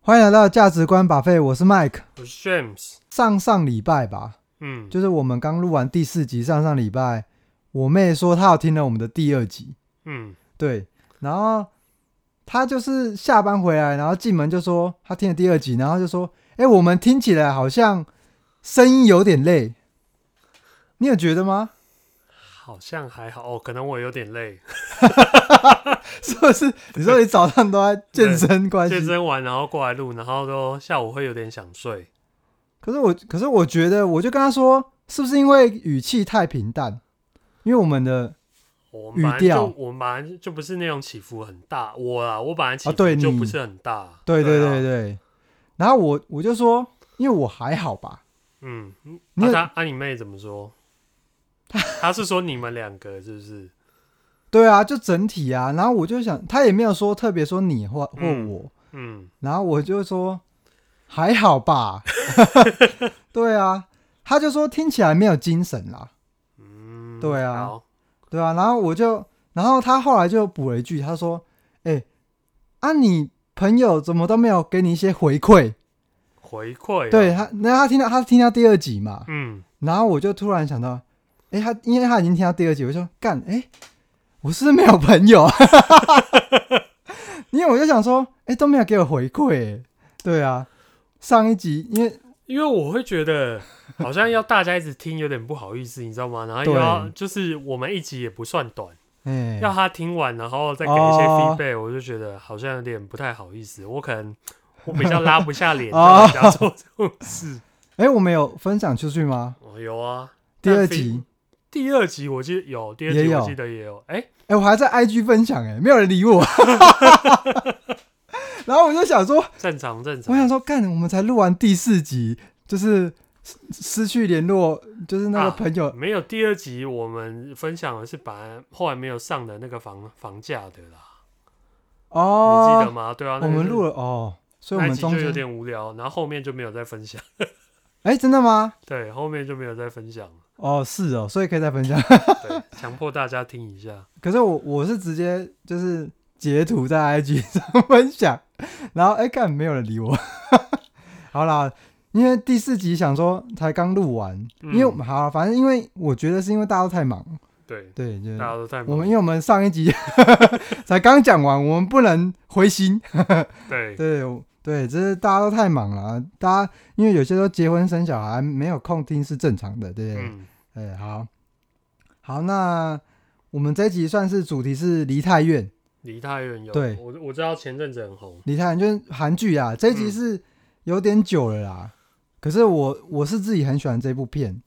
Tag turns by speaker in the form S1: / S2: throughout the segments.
S1: 欢迎来到价值观把费，我是 Mike。
S2: 我是 James，
S1: 上上礼拜吧，
S2: 嗯，
S1: 就是我们刚录完第四集，上上礼拜我妹说她有听了我们的第二集，
S2: 嗯，
S1: 对，然后她就是下班回来，然后进门就说她听了第二集，然后就说，哎，我们听起来好像声音有点累，你有觉得吗？
S2: 好像还好哦，可能我有点累，
S1: 是不是？你说你早上都在健身关系
S2: 健，身完然后过来录，然后都下午会有点想睡，
S1: 可是我，可是我觉得，我就跟他说，是不是因为语气太平淡？因为我们的
S2: 我
S1: 语
S2: 们本来
S1: 调
S2: 就我们本来就不是那种起伏很大，我啊，我本来起
S1: 啊对
S2: 伏就
S1: 你
S2: 不是很大，
S1: 对对
S2: 对啊
S1: 对，对，然后我我就说，因为我还好吧，
S2: 嗯，嗯
S1: 你
S2: 啊
S1: 有
S2: 他啊你妹怎么说？他是说你们两个是不是？
S1: 对啊，就整体啊，然后我就想，他也没有说特别说你或或我，
S2: 嗯嗯，
S1: 然后我就说还好吧， 对啊，他就说听起来没有精神啦，
S2: 嗯
S1: 对啊
S2: 好
S1: 对啊，然后我就，然后他后来就补了一句，他说：“哎、啊，你朋友怎么都没有给你一些回馈？”
S2: 回馈、啊，
S1: 对，他，那他听到他听到第二集嘛，
S2: 嗯，
S1: 然后我就突然想到，哎、他因为他已经听到第二集，我就说干，哎、我是不是没有朋友， 因为我就想说，哎、都没有给我回馈、欸，对啊，上一集因为
S2: 因为我会觉得好像要大家一直听有点不好意思，你知道吗？然后又
S1: 对
S2: 要就是我们一集也不算短。
S1: 哎、
S2: 要他听完，然后再给一些
S1: 哦
S2: feedback，、我就觉得好像有点不太好意思。我可能我比较拉不下 脸
S1: 哦
S2: 让人家做这种事。
S1: 哎、我们有分享出去吗？
S2: 哦，有啊，
S1: 第二
S2: 但非
S1: 集，
S2: 第二集我记得有，第二
S1: 也
S2: 集
S1: 有
S2: 我记得也有。哎、
S1: 哎、我还在 IG 分享、哎，没有人理我， 然后我就想说，
S2: 正常正常。
S1: 我想说，干，我们才录完第四集，就是失失去联络，就是那个
S2: 啊
S1: 朋友，
S2: 没有第二集，我们分享的是把后来没有上的那个房房价的啦，
S1: 哦，
S2: 你记得吗？对啊，
S1: 我们录
S2: 了，
S1: 了哦，所以我
S2: 那一
S1: 们
S2: 集
S1: 中
S2: 就有
S1: 间
S2: 点无聊，然后后面就没有再分享。
S1: 哎，真的吗？
S2: 对，后面就没有再分享 了。
S1: 哦，是哦，所以可以再分享。
S2: 对，强迫大家听一下。
S1: 可是我我是直接就是截图在 IG 上分享，然后哎，看没有人理我。 好啦，因为第四集想说才刚录完，
S2: 嗯
S1: 因为我们好啊，反正因为我觉得是因为大家都太忙了，
S2: 对，
S1: 对，就是
S2: 大家都太忙
S1: 嗯我们因为我们上一集 才刚讲完，我们不能灰心。
S2: 对
S1: 对我对，这是大家都太忙了啊，大家因为有些都结婚生小孩，没有空听是正常的，对不对？
S2: 嗯
S1: 哎，好，好，那我们这一集算是主题是梨泰院，
S2: 离太远有，
S1: 对
S2: 我我知道前阵子很红，
S1: 梨泰院就是韩剧啊，这一集
S2: 嗯
S1: 是有点久了啦，可是我我是自己很喜欢这部片，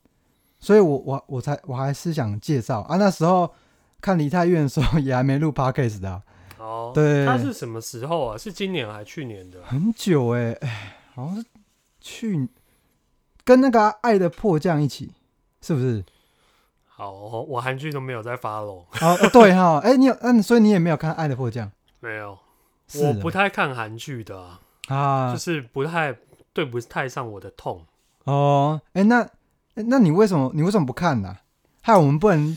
S1: 所以我我我才我还是想介绍啊，那时候看梨泰院的时候 也还没录 podcast 的啊、
S2: 哦，
S1: 对
S2: 它是什么时候啊？是今年还是去年的啊？
S1: 很久哎、哎，好像是去跟那个啊、爱的迫降》一起，是不是？
S2: 好，我韩剧都没有在发喽，
S1: 哦，对哈，哎、你有嗯，所以你也没有看《爱的迫降》
S2: 没有，
S1: 是
S2: 我
S1: 啊
S2: 不太看韩剧的啊，
S1: 啊？
S2: 就是不太对不太上我的痛。
S1: 哦，哎、那诶那你为什么你为什么不看呢、害我们不能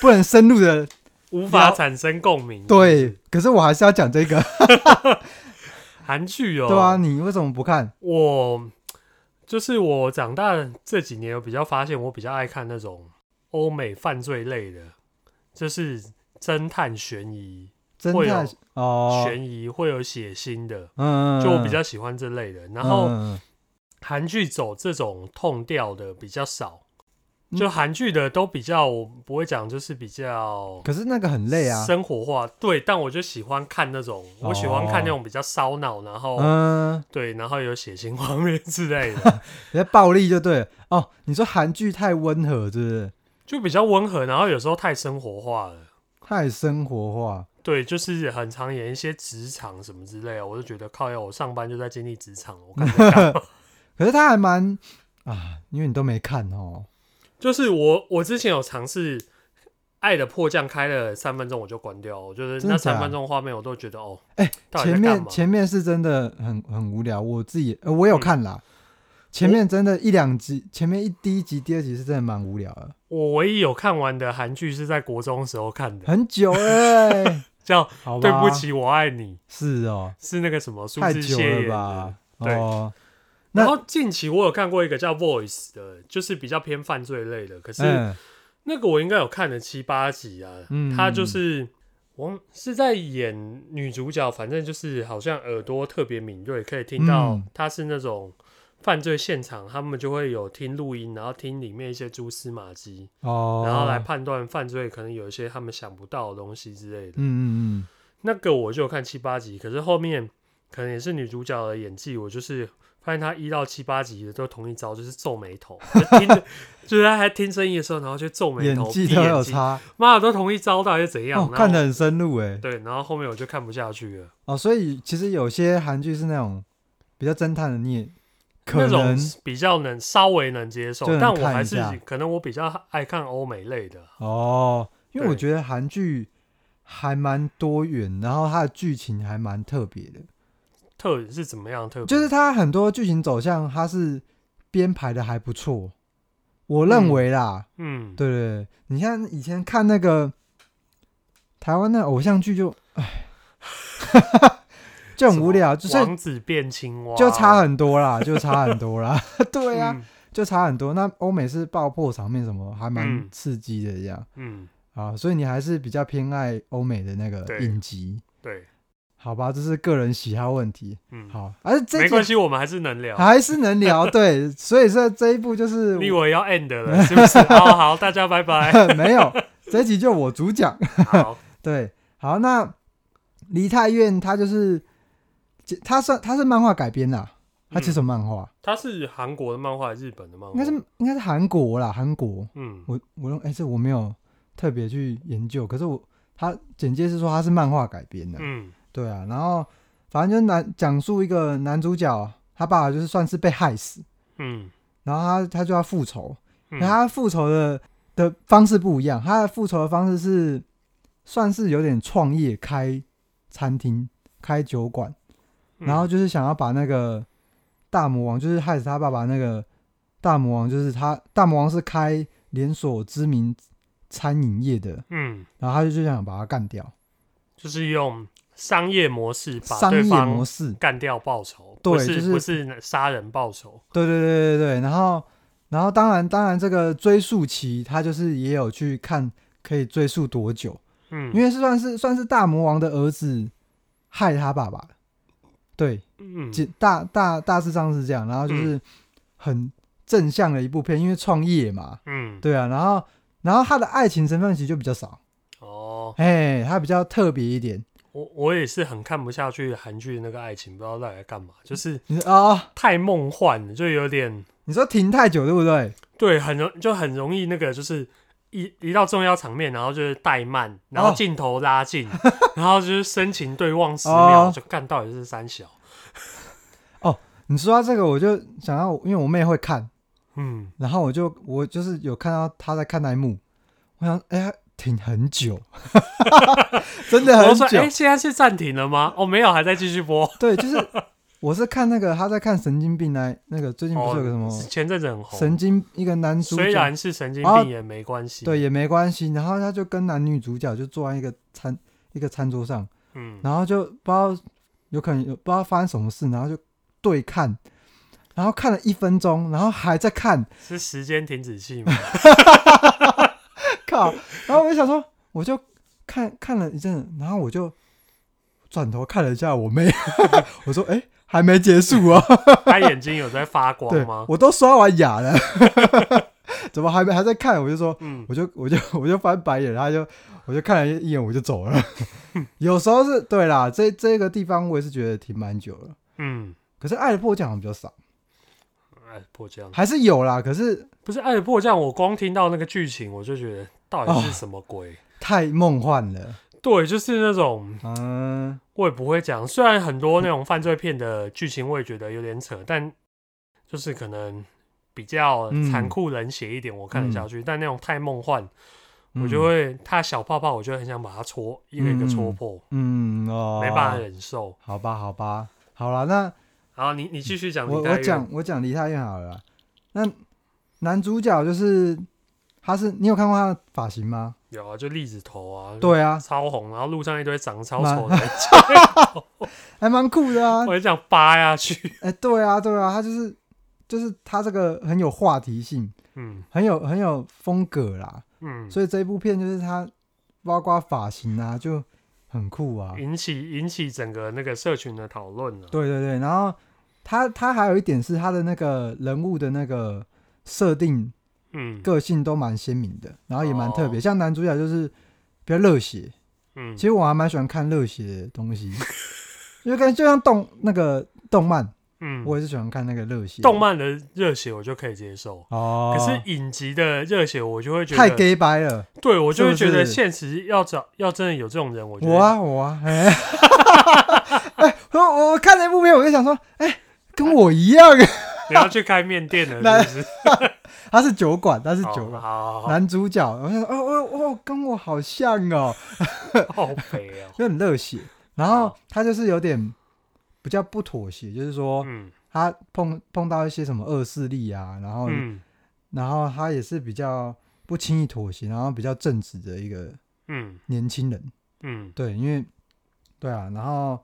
S1: 不能深入的
S2: 无法
S1: 了
S2: 产生共鸣，
S1: 对，可是我还是要讲这个，
S2: 韩剧哦，
S1: 对啊，，你为什么不看？
S2: 我就是我长大这几年，我比较发现，我比较爱看那种欧美犯罪类的，就是侦探悬疑、
S1: 侦
S2: 会
S1: 探
S2: 有
S1: 哦，
S2: 悬疑会有血腥的，
S1: 嗯，嗯
S2: 就我比较喜欢这类的。然后
S1: 嗯
S2: 韩剧走这种痛调的比较少，
S1: 嗯
S2: 就韩剧的都比较，我不会讲，就是比较
S1: 可是那个很累啊，
S2: 生活化。对，但我就喜欢看那种，我喜欢看那种比较烧脑，然后、
S1: 哦嗯，
S2: 对，然后有血腥画面之类的，
S1: 比较暴力就对了哦。你说韩剧太温和，是不是？
S2: 就比较温和，然后有时候太生活化了。
S1: 太生活化，
S2: 对，就是很常演一些职场什么之类的，我就觉得靠呀，我上班就在经历职场，我 看在干嘛
S1: 可是他还蛮啊，因为你都没看哦。
S2: 就是我我之前有尝试《爱的迫降》，开了三分钟我就关掉，我就是
S1: 真的
S2: 那
S1: 假的
S2: 三分钟画面我都觉得哦，
S1: 哎
S2: 到底
S1: 前
S2: 在干
S1: 面
S2: 嘛嗯
S1: 前面是真的很很无聊，我自己、呃、我有看啦。前面真的一两集，前面一第一集、第二集是真的蛮无聊的，
S2: 我唯一有看完的韩剧是在国中时候看的，
S1: 很久哎、
S2: 叫《
S1: 好吧，
S2: 对不，起，我爱你》，
S1: 是哦，
S2: 是那个什么苏
S1: 太
S2: 志
S1: 久
S2: 燮
S1: 了
S2: 演的
S1: 吧？？
S2: 对
S1: 哦，那
S2: 然后近期我有看过一个叫《Voice》的，就是比较偏犯罪类的，可是
S1: 嗯
S2: 那个我应该有看了七八集啊。
S1: 嗯
S2: 他就是我是在演女主角，反正就是好像耳朵特别敏锐，可以听到
S1: 嗯
S2: 她是那种犯罪现场，他们就会有听录音，然后听里面一些蛛丝马迹，
S1: 哦，
S2: 然后来判断犯罪可能有一些他们想不到的东西之类的。
S1: 嗯，嗯嗯
S2: 那个我就有看七八集，可是后面可能也是女主角的演技，我就是发现她一到七八集的都同一招，就是皱眉头，就听着 就是她还听声音的时候，然后就皱
S1: 嗯，
S2: 眉头，
S1: 演技
S2: 闭
S1: 都有
S2: 眼睛，
S1: 差，
S2: 妈的都同一招，到底是怎样？
S1: 哦，
S2: 然后
S1: 看得很深入哎。
S2: 对，然后后面我就看不下去了。
S1: 哦，所以其实有些韩剧是那种比较侦探的，你也可
S2: 那种
S1: 能
S2: 比较能稍微能接受
S1: 就，能
S2: 但我
S1: 看
S2: 还
S1: 一
S2: 是
S1: 下
S2: 可能我比较爱看欧美类的。
S1: 哦，因为我
S2: 对
S1: 觉得韩剧还蛮多元，然后它的剧情还蛮特别的，
S2: 特是怎么样特别？
S1: 就是它很多剧情走向它是编排的还不错，我认
S2: 嗯
S1: 为啦，
S2: 嗯，
S1: 对对对，你像以前看那个台湾的偶像剧就，哎， 就很无聊，就
S2: 什么
S1: 是
S2: 王子变青蛙，
S1: 就差很多啦，就差很多啦， 对啊，
S2: 嗯，
S1: 就差很多。那欧美是爆破场面什么，还蛮
S2: 嗯
S1: 刺激的这样
S2: 嗯，
S1: 啊，所以你还是比较偏爱欧美的那个
S2: 对
S1: 影集，
S2: 对，
S1: 好吧？这是个人喜好问题。
S2: 嗯，，
S1: 好，而、啊、这
S2: 没
S1: 集
S2: 关系，我们还是能聊。
S1: 还是能 聊，对，所以说这一部就是
S2: 你以为要 end 了是不是？好好，大家拜拜。
S1: 没有这一集就我主讲，
S2: 好，
S1: 对，好，那梨泰院它就是，它算它是漫画改编啦，它其实有漫画，
S2: 嗯它是韩国的漫画还是日本的漫画？
S1: 应该是应该是韩国啦，韩国，
S2: 嗯，
S1: 我我用哎、这我没有特别去研究，可是我它简介是说它是漫画改编的，
S2: 嗯
S1: 对啊，然后反正就是男讲述一个男主角，他爸爸就是算是被害死，
S2: 嗯
S1: 然后他他就要复仇，
S2: 嗯，
S1: 可他复仇的的方式不一样，他的复仇的方式是算是有点创业，开餐厅、开酒馆，
S2: 嗯
S1: 然后就是想要把那个大魔王，就是害死他爸爸那个大魔王，就是他大魔王是开连锁知名餐饮业的，
S2: 嗯，
S1: 然后他就就想把他干掉，
S2: 就是用商业模式把
S1: 商
S2: 对
S1: 业
S2: 方
S1: 模式，
S2: 干掉报仇，
S1: 对
S2: 不
S1: 就是
S2: 是不是杀人报仇，
S1: 对对对对对，然后然后当然当然这个追溯期，他就是也有去看可以追溯多久。
S2: 嗯，
S1: 因为是算是算是大魔王的儿子害他爸爸的，对，
S2: 嗯
S1: 简大大大致上是这样，然后就是很正向的一部片，因为创业嘛，
S2: 嗯
S1: 对啊，然后然后他的爱情成分其实就比较少，
S2: 哦，
S1: 哎，他比较特别一点，
S2: 我我也是很看不下去韩剧的那个爱情，不知道到底在干嘛，就是
S1: 你说啊、
S2: 太梦幻了，就有点
S1: 你说停太久对不对？
S2: 对，很容就很容易那个就是。一一到重要场面，然后就是怠慢，然后
S1: 哦
S2: 镜头 拉近，然后就是深情对望十
S1: 哦
S2: 秒，就干到底是三小，
S1: 你说到这个，我就想要，因为我妹会看，
S2: 嗯，
S1: 然后我就我就是有看到她在看那一幕，我想，哎、呀，停很 久，真的
S2: 我
S1: 很
S2: 就说
S1: 久
S2: 哎、，诶现在是暂停了吗？哦，没有，还在继续播。
S1: 对，就是我是看那个他在看神经病来，那个最近不是有个什么
S2: 哦前阵子很 红，
S1: 神经一个男主
S2: 哦虽
S1: 角，
S2: 然是神经
S1: 啊
S2: 病也没关系。
S1: 对，也没关系，然后他就跟男女主角就坐在一个餐一个餐桌上，
S2: 嗯，
S1: 然后就不知道有可能有不知道发生什么事，然后就对看。然后看了一分钟，然后还在看，
S2: 是时间停止器嘛？
S1: 靠！然后我就想说，我就看看了一阵子，然后我就转头看了一下我妹， 我说：“哎、还没结束啊！”
S2: 他眼睛有在发光
S1: 对
S2: 吗，？
S1: 我都刷完牙了， 怎么还没还在看？我就说，
S2: 嗯
S1: 我就我就我就翻白眼，然后就我就看了一眼，我就走了。 有时候是对啦，这这个地方我也是觉得停蛮久了，
S2: 嗯，
S1: 可是爱的迫降好像比较少，
S2: 爱的迫降
S1: 还是有啦，可是
S2: 不是爱的迫降，我光听到那个剧情我就觉得到底
S1: 哦
S2: 是什么鬼？
S1: 太梦幻了。
S2: 对，就是那种
S1: 嗯，
S2: 我也不会讲，虽然很多那种犯罪片的剧情我也觉得有点扯，但就是可能比较
S1: 嗯
S2: 残酷冷血一点，我看得下去。但那种太梦幻，我就
S1: 嗯
S2: 会他小泡泡，我就很想把它戳一个一个戳
S1: 嗯
S2: 破，
S1: 嗯哦，
S2: 没办法忍受。
S1: 好吧，好吧，好啦，那
S2: 然后你你继续讲，
S1: 我
S2: 林黛
S1: 我
S2: 玉
S1: 讲我讲梨泰院好了啦。那男主角就是他是你有看过他的发型吗？
S2: 有啊，就栗子头啊，，
S1: 对啊，
S2: 超红，然后路上一堆长得超丑的人，
S1: 还蛮酷的啊。
S2: 我就想扒下去。
S1: 哎、对啊，对啊，他就是就是他这个很有话题性，
S2: 嗯
S1: 很有很有风格啦。
S2: 嗯，
S1: 所以这一部片就是他包括发型啊，就很酷啊。
S2: 引起引起整个那个社群的讨论了。
S1: 对对对，然后他他还有一点是他的那个人物的那个设定
S2: 嗯
S1: 个性都蛮鲜明的，然后也蛮特别。
S2: 哦
S1: 像男主角就是比较热血，
S2: 嗯
S1: 其，实我还蛮喜欢看热血的东西， 就跟就像动那个动漫，
S2: 嗯，
S1: 我也是喜欢看那个热血
S2: 动漫的热血我就可以接受，
S1: 哦。
S2: 可是影集的热血我就会觉
S1: 太
S2: 得，
S1: gay 白了，
S2: 对我就会觉
S1: 是
S2: 得
S1: 不是
S2: 现实要找要真的有这种人，我觉
S1: 我
S2: 得
S1: 啊我啊，哎、 哎我我我看那部片，我就想说，哎、跟我一样，
S2: 你要去开面店了，是不是？
S1: 他是酒馆，他是
S2: 好
S1: 酒馆。
S2: 哦好好好，
S1: 男主角，我想说，哦哦哦，跟我好像哦，
S2: 好肥哦。
S1: 就很热血。然后他就是有点比较不妥协，就是说
S2: 嗯
S1: 他碰碰到一些什么恶势力啊，然后、
S2: 嗯
S1: 然后他也是比较不轻易妥协，然后比较正直的一个
S2: 嗯
S1: 年轻人。
S2: 嗯
S1: 对，因为对啊，然后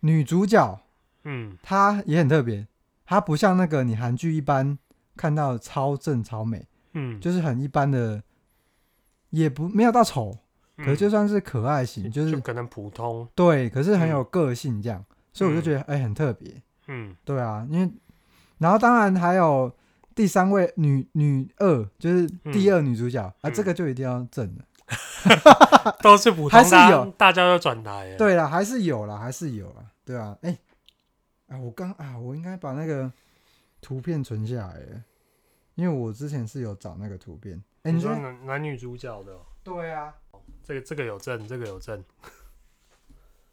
S1: 女主角
S2: 嗯，
S1: 她也很特别，她不像那个你韩剧一般看到超正超美，
S2: 嗯，
S1: 就是很一般的，也不没有到丑，
S2: 嗯
S1: 可是就算是可爱型，就是
S2: 可能普通，
S1: 对，可是很有个性这样，所以我就觉得哎、很特别，
S2: 嗯
S1: 对啊，因为然后当然还有第三位女女二，就是第二女主角、啊，
S2: 嗯
S1: 这个就一定要正了。
S2: 都是普通，
S1: 啊还是
S2: 大家
S1: 有
S2: 大家都转台了。，
S1: 对啦，还是有啦，还是有啦，对啊，哎、啊，我刚啊，我应该把那个图片存下来了，因为我之前是有找那个图片。哎、
S2: 你
S1: 你
S2: 说
S1: 说
S2: 男男女主角的哦，
S1: 对啊，
S2: 这个这个有证，这个有证，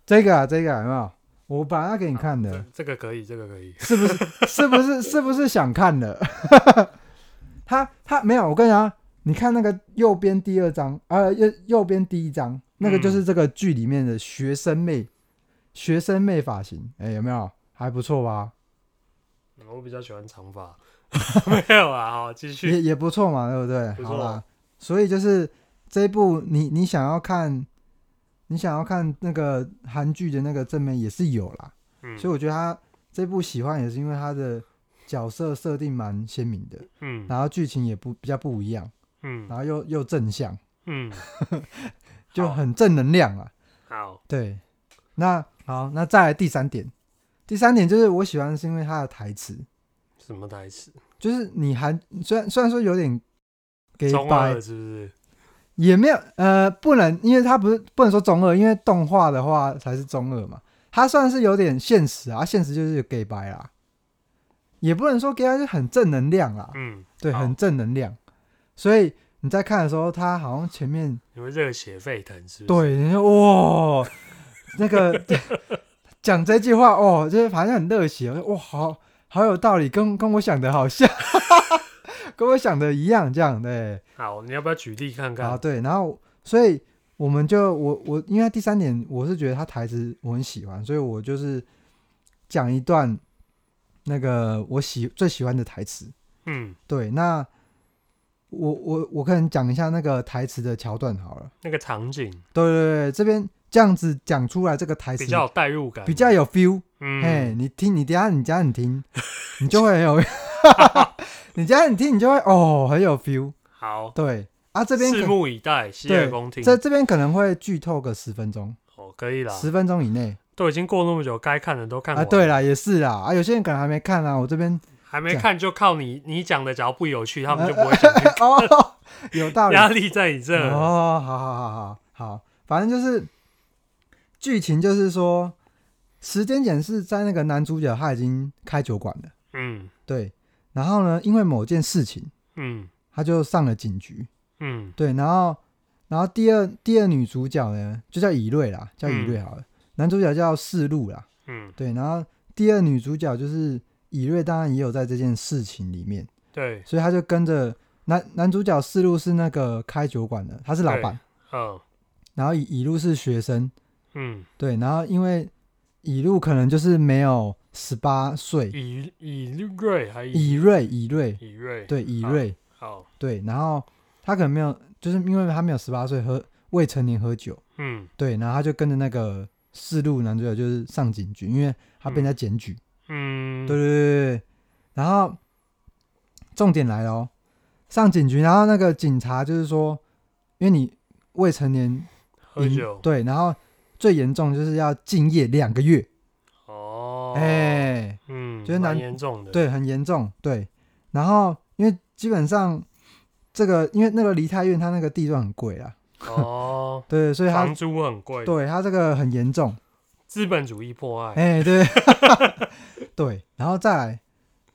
S1: 这个啊，这个、啊、有没有？我把它给你看的
S2: 这，这个可以，这个可以。
S1: 是不是？是不是？是不是想看了？ 他他没有，我跟你讲，啊你看那个右边第二张，呃，右右边第一张，那个
S2: 嗯
S1: 就是这个剧里面的学生妹，学生妹发型，哎、有没有？还不错吧？
S2: 我比较喜欢 长发，没有啊，好继续。
S1: 也也不错嘛，对不对？
S2: 不错
S1: 好啦，所以就是这一部你你想要看，你想要看那个韩剧的那个正面也是有啦，
S2: 嗯
S1: 所以我觉得他这部喜欢也是因为他的角色设定蛮鲜明的，
S2: 嗯
S1: 然后剧情也不比较不一样，然
S2: 嗯
S1: 后又又正向，
S2: 嗯，
S1: 啊就
S2: 好
S1: 很正能量啊。
S2: 好，
S1: 对，那好，那再来第三点，第三点就是我喜欢是因为他的台词，
S2: 什么台词？
S1: 就是你韩虽然虽然说有点给
S2: 中
S1: 白
S2: 二，是不是？
S1: 也没有，呃，不能，因为它不是不能说中二，因为动画的话才是中二嘛。它算是有点现实啊，现实就是有 gay 白啦，也不能说 gay 白是很正能量啦，
S2: 嗯，
S1: 啊对，
S2: 好
S1: 很正能量。所以你在看的时候，它好像前面
S2: 你会热血沸腾，是不是？
S1: 对，你说哇，那个 讲这句话哦，就是反正很热血，我说哇，好好有道理，跟跟我想的好像， 跟我想的一样，这样对。
S2: 好，你要不要举例看
S1: 啊，
S2: 看？
S1: 对，然后所以我们就我我因为第三点，我是觉得他台词我很喜欢，所以我就是讲一段那个我喜最喜欢的台词。
S2: 嗯，
S1: 对，那我我我可能讲一下那个台词的桥段好了。
S2: 那个场景
S1: 对对对，这边这样子讲出来这个台词
S2: 比较有代入感，
S1: 比较有 feel，哎、
S2: 嗯，
S1: 你听，你等一下你等一下你 听，你就会很有， 你等一下你听，你就会哦很有 feel。
S2: 好，
S1: 对啊，这边可
S2: 拭目以待，洗
S1: 对
S2: 耳恭听。
S1: 这这边可能会剧透个十分钟，
S2: 哦，可以啦，
S1: 十分钟以内
S2: 都已经过那么久，该看的都看完
S1: 啊。
S2: 了
S1: 对啦，也是啦啊，有些人可能还没看啊，我这 边
S2: 还没
S1: 这样
S2: 看就靠你，你讲的只要不 有趣，他们就不会想去
S1: 哦，有道
S2: 看。
S1: 理
S2: 压
S1: 哦，
S2: 力在你这，
S1: 好好好好好，反正就是剧情就是说，时间点是在那个男主角他已经开酒馆了，
S2: 嗯
S1: 对，然后呢，因为某件事情，
S2: 嗯
S1: 他就上了警局，
S2: 嗯
S1: 对，然后然后第二第二女主角呢就叫以瑞啦，叫以瑞好了，男主角叫世路啦，
S2: 嗯，
S1: 对，然后第二女主角就是以瑞，当然也有在这件事情里面，
S2: 对，
S1: 所以他就跟着男男主角四路是那个开酒馆的，他是老板，
S2: 嗯
S1: 然后以以路是学生，
S2: 嗯，
S1: 对，然后因为以路可能就是没有十八岁，
S2: 以以瑞还以
S1: 以瑞以瑞
S2: 以瑞，
S1: 对以瑞
S2: 好，
S1: 对，然后他可能没有，就是因为他没有十八岁喝未成年喝酒，
S2: 嗯
S1: 对，然后他就跟着那个四路男主角就是上警局，因为他被人家检举，
S2: 嗯，
S1: 对对对对对，然后重点来了哦，上警局，然后那个警察就是说，因为你未成年
S2: 喝
S1: 饮
S2: 酒
S1: 对，然后最严重就是要禁业两个月，
S2: 哦，
S1: 哎、，
S2: 嗯，
S1: 就是
S2: 蛮
S1: 男
S2: 严重的，，
S1: 对，很严重，对，然后因为基本上这个因为那个梨泰院它那个地段很贵啊啦，，
S2: 哦
S1: 对，所以它
S2: 房租很贵，
S1: 对它这个很严重，
S2: 资本主义迫害，
S1: 哎、 对，对，然后再来，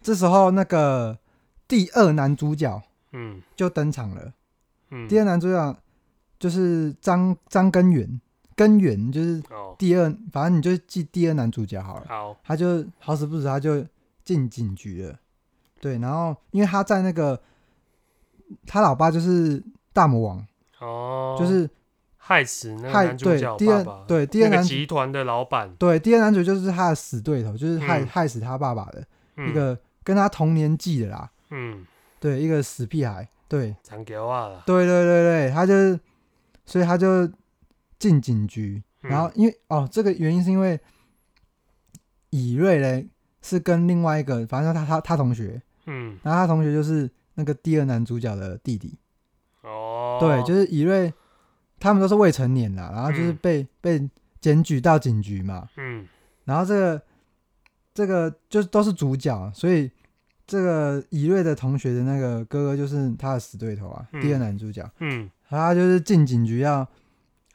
S1: 这时候那个第二男主角
S2: 嗯
S1: 就登场了。
S2: 嗯，
S1: 第二男主角就是张张根源，根源就是
S2: 哦，
S1: 第二，反正你就记第二男主角好了。
S2: 好，
S1: 他就好死不死，他就进警局了。对，然后因为他在那个他老爸就是大魔王，
S2: 哦，
S1: 就是
S2: 害死那个
S1: 害
S2: 男主
S1: 对
S2: 角
S1: 第
S2: 爸
S1: 二
S2: 爸，，
S1: 对第
S2: 那
S1: 二
S2: 个
S1: 男
S2: 集团的老板，
S1: 对第二男主就是他的死对头，就是害、
S2: 嗯
S1: 害死他爸爸的、一
S2: 嗯
S1: 个跟他同年纪的啦。
S2: 嗯，给
S1: 对，一个死屁孩，对，
S2: 长给啊啦，
S1: 对对对对，他就是，所以他就进警局，
S2: 嗯
S1: 然后因为哦，这个原因是因为以瑞嘞是跟另外一个，反正他他他同学，
S2: 嗯，
S1: 然后他同学就是那个第二男主角的弟弟，
S2: 嗯，哦，
S1: 对，就是以瑞，他们都是未成年啦，然后就是
S2: 嗯
S1: 被、被检举到警局嘛，
S2: 嗯
S1: 然后这个这个就都是主角，所以这个以瑞的同学的那个哥哥就是他的死对头啊，
S2: 嗯
S1: 第二男主角，
S2: 嗯，
S1: 然后他就是进警局要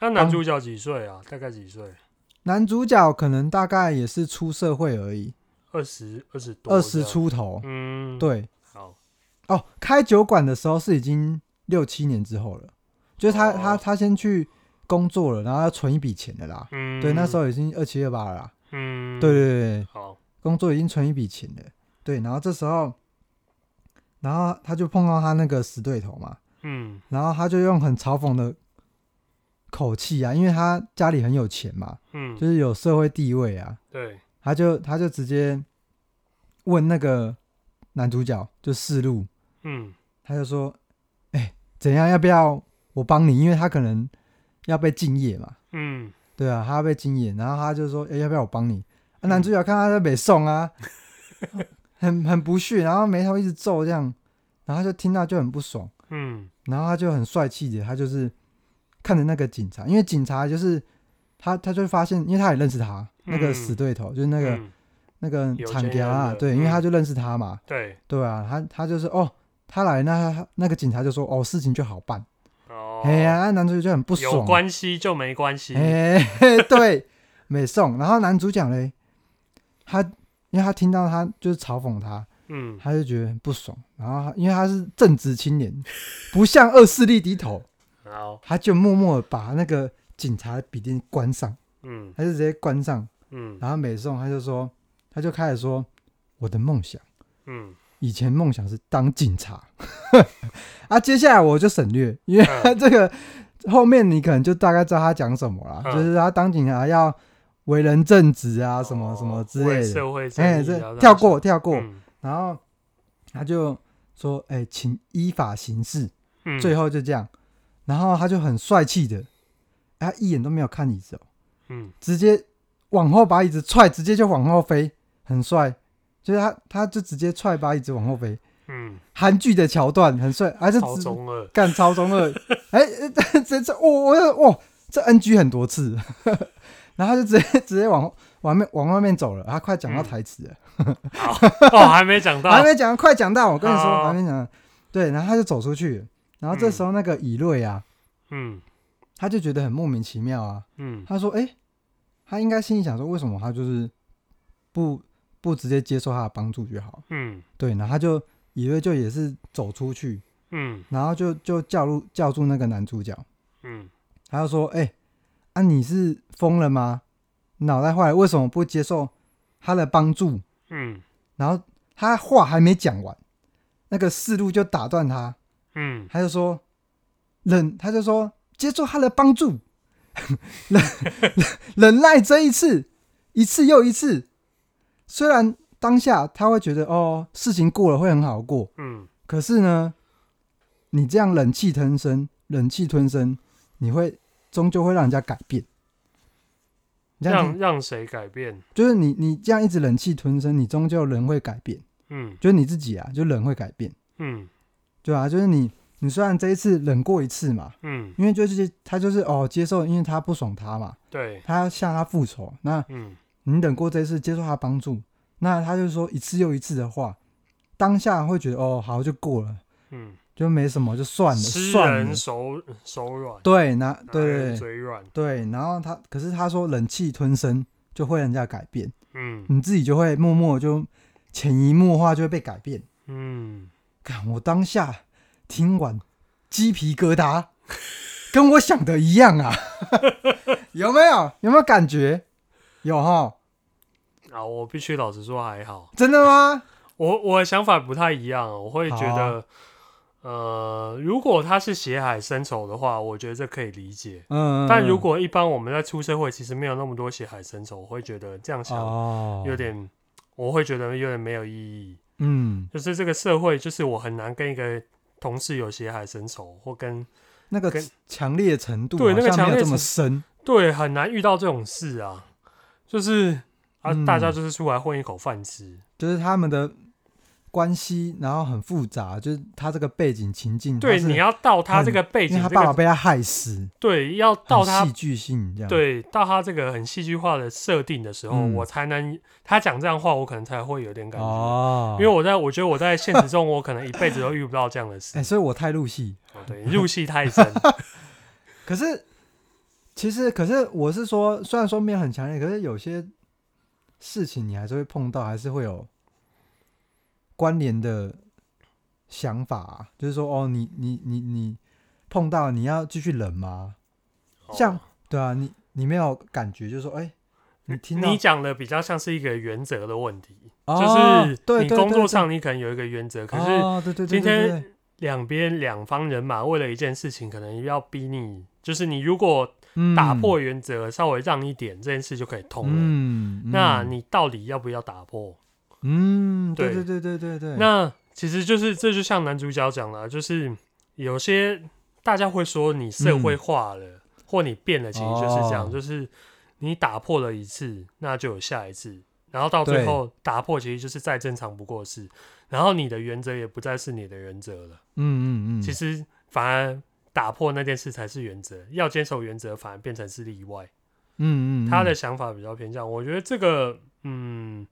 S2: 那男
S1: 当
S2: 主角几岁啊？大概几岁？
S1: 男主角可能大概也是出社会而已，
S2: 二十二十多，
S1: 二十，出头，
S2: 嗯，，
S1: 对，
S2: 好，
S1: 哦，开酒馆的时候是已经六七年之后了，就是他、
S2: 哦
S1: 他他先去工作了，然后要存一笔钱的啦，
S2: 嗯，
S1: 对，那时
S2: 候，
S1: 候已经二七二八了啦，
S2: 嗯，
S1: 对对，对对，
S2: 好，
S1: 工作已经存一笔钱了，对，然后这时候，然后他就碰到他那个死对头嘛，
S2: 嗯
S1: 然后他就用很嘲讽的口气啊，因为他家里很有钱嘛，
S2: 嗯，
S1: 就是有社会地位啊，
S2: 对，
S1: 他就他就直接问那个男主角就四路，
S2: 嗯
S1: 他就说，哎、怎样要不要我帮你？因为他可能要被敬业嘛，
S2: 嗯，
S1: 对啊，他被禁言，然后他就说：“哎、要不要我帮你？”
S2: 嗯
S1: 啊，男主角看他在北宋啊， 很很不屑，然后眉头一直皱这样，然后他就听到就很不爽，
S2: 嗯
S1: 然后他就很帅气的，他就是看着那个警察，因为警察就是他，他就发现，因为他也认识他那个死对头，就是那个、
S2: 嗯
S1: 那个
S2: 有
S1: 厂
S2: 钱人
S1: 家啊，
S2: 的
S1: 对，因为
S2: 嗯
S1: 他就认识他嘛，
S2: 对，
S1: 对啊，他他就是哦，他来那他那个警察就说：“哦，事情就好办。
S2: 哦，
S1: 哎呀、那男主角就很不爽啊
S2: 有，关系就没关系，
S1: 哎、 嘿对，美颂。然后男主角嘞，他因为他听到他就是嘲讽他，
S2: 嗯，
S1: 他就觉得很不爽。然后他因为他是正直青年，不向恶势力低头，
S2: 好，
S1: 他就默默地把那个警察的笔电关上，
S2: 嗯
S1: 他就直接关上。
S2: 嗯
S1: 然后美颂他就说，他就开始说我的梦想，
S2: 嗯，
S1: 以前梦想是当警察。 啊，接下来我就省略，因 为
S2: 嗯
S1: 这个后面你可能就大概知道他讲什么啦，
S2: 嗯
S1: 就是他当警察要为人正直啊，什
S2: 哦
S1: 么什么之类
S2: 为
S1: 的。
S2: 社会正义
S1: 哎，
S2: 啊，
S1: 这
S2: 让
S1: 跳过跳过，
S2: 嗯
S1: 然后他就说：“哎，请依法行事。”
S2: 嗯，
S1: 最后就这样，然后他就很帅气的，哎他一眼都没有看椅子哦，
S2: 嗯
S1: 直接往后把椅子踹，直接就往后飞，很帅。就是他，他就直接踹把椅子往后飞，
S2: 嗯，
S1: 韩剧的桥段很帅，而且
S2: 超中二，
S1: 干超中二，哎、 这这这，我我哇，这 NG 很多次， 然后他就直接直接往往面往外面走了，他快讲到台词了，
S2: 哦，还没讲
S1: 还
S2: 到，
S1: 没讲，快讲到，我跟你说，
S2: 好
S1: 还没讲，对，然后他就走出去了，然后这时候那个以瑞啊，
S2: 嗯
S1: 他就觉得很莫名其妙啊，
S2: 嗯
S1: 他说，哎、他应该心里想说，为什么他就是不不直接接受他的帮助就好，
S2: 嗯
S1: 对，然后他就以瑞就也是走出去，
S2: 嗯
S1: 然后就就叫住叫住那个男主角。
S2: 嗯
S1: 他就说：“哎、啊，你是疯了吗？脑袋坏了？为什么不接受他的帮助
S2: 嗯？”
S1: 然后他话还没讲完，那个四路就打断他，
S2: 嗯，
S1: 他就说：“忍，他就说接受他的帮助， 忍 忍耐这一次，一次又一次。虽然当下他会觉得哦，事情过了会很好过，
S2: 嗯
S1: 可是呢，你这样忍气吞声，忍气吞声，你会终究会让人家改变。你这样
S2: 让
S1: 子
S2: 让谁改变？
S1: 就是你你这样一直忍气吞声，你终究人会改变，
S2: 嗯
S1: 就是你自己啊，就人会改变，
S2: 嗯
S1: 对吧、就是你你虽然这一次忍过一次嘛，
S2: 嗯，
S1: 因为就是他就是哦接受，因为他不爽他嘛，
S2: 对，
S1: 他要向他复仇，那
S2: 嗯
S1: 你忍过这一次，接受他帮助，那他就说一次又一次的话，当下会觉得哦好就过了，
S2: 嗯，
S1: 就没什么，就算了
S2: 吃
S1: 算了
S2: 人。手手软，
S1: 对，那
S2: 拿人
S1: 对对
S2: 嘴软，
S1: 对，然后他可是他说忍气吞声就会让人家改变，
S2: 嗯
S1: 你自己就会默默就潜移默化就会被改变。
S2: 嗯，
S1: 看我当下听完鸡皮疙瘩，跟我想的一样啊， 有没有？有没有感觉？有哈，
S2: 啊，我必须老实说还好，
S1: 真的吗？
S2: 我我的想法不太一样，哦我会觉
S1: 好啊
S2: 得，呃，如果他是血海深仇的话，我觉得这可以理解。
S1: 嗯，
S2: 但如果一般我们在出社会，其实没有那么多血海深仇，我会觉得这样想
S1: 哦，
S2: 有点，我会觉得有点没有意义。
S1: 嗯，
S2: 就是这个社会，就是我很难跟一个同事有血海深仇，或跟
S1: 那个
S2: 跟
S1: 强烈程度
S2: 对那个
S1: 好像没有
S2: 强烈
S1: 这么
S2: 程
S1: 深，
S2: 对很难遇到这种事啊。就是啊，
S1: 嗯
S2: 大家就是出来混一口饭吃，
S1: 就是他们的关系，然后很复杂，就是他这个背景情境，
S2: 对，
S1: 他是
S2: 你要到他这个背
S1: 因为
S2: 景，
S1: 他
S2: 这
S1: 爸爸
S2: 个
S1: 被他害死，
S2: 对，要到
S1: 很
S2: 他
S1: 戏剧性这样，，
S2: 对，到他这个很戏剧化的设定的时候，
S1: 嗯
S2: 我才能他讲这样话，我可能才会有点感觉。
S1: 哦，
S2: 因为我在我觉得我在现实中，我可能一辈子都遇不到这样的 事
S1: 哎、。所以我太入戏，
S2: 哦对，入戏 太深。哦
S1: 可是其实可是我是说，虽然说没有很强烈，可是有些事情你还是会碰到，还是会有关联的想法、啊，就是说，哦，你你你你碰到你要继续忍吗？像
S2: 哦
S1: 对啊，你你没有感觉，就是说，哎、你听到
S2: 你讲的比较像是一个原则的问题，
S1: 哦
S2: 就是
S1: 对
S2: 你
S1: 对
S2: 工
S1: 对
S2: 作
S1: 对
S2: 上你可能有一个原则，可是
S1: 哦、对对对
S2: 今
S1: 对对
S2: 天两边两方人马为了一件事情，可能要逼你，就是你如果
S1: 对
S2: 打破原则，稍微让一点，这件事就可以通了。
S1: 嗯，嗯
S2: 那你到底要不要打破？
S1: 嗯，对对
S2: 对
S1: 对对对对，
S2: 那其实就是这就像男主角讲了，就是有些大家会说你社会化了，或你变了，其实就是这
S1: 嗯
S2: 样，
S1: 哦
S2: 就是你打破了一次，那就有下一次，然后到最后打破其实就是再正常不过的事，然后你的原则也不再是你的原则了，
S1: 嗯嗯嗯，
S2: 其实反而。打破那件事才是原则，要坚守原则反而变成是例外。
S1: 嗯嗯嗯
S2: 他的想法比较偏向，我觉得这个嗯，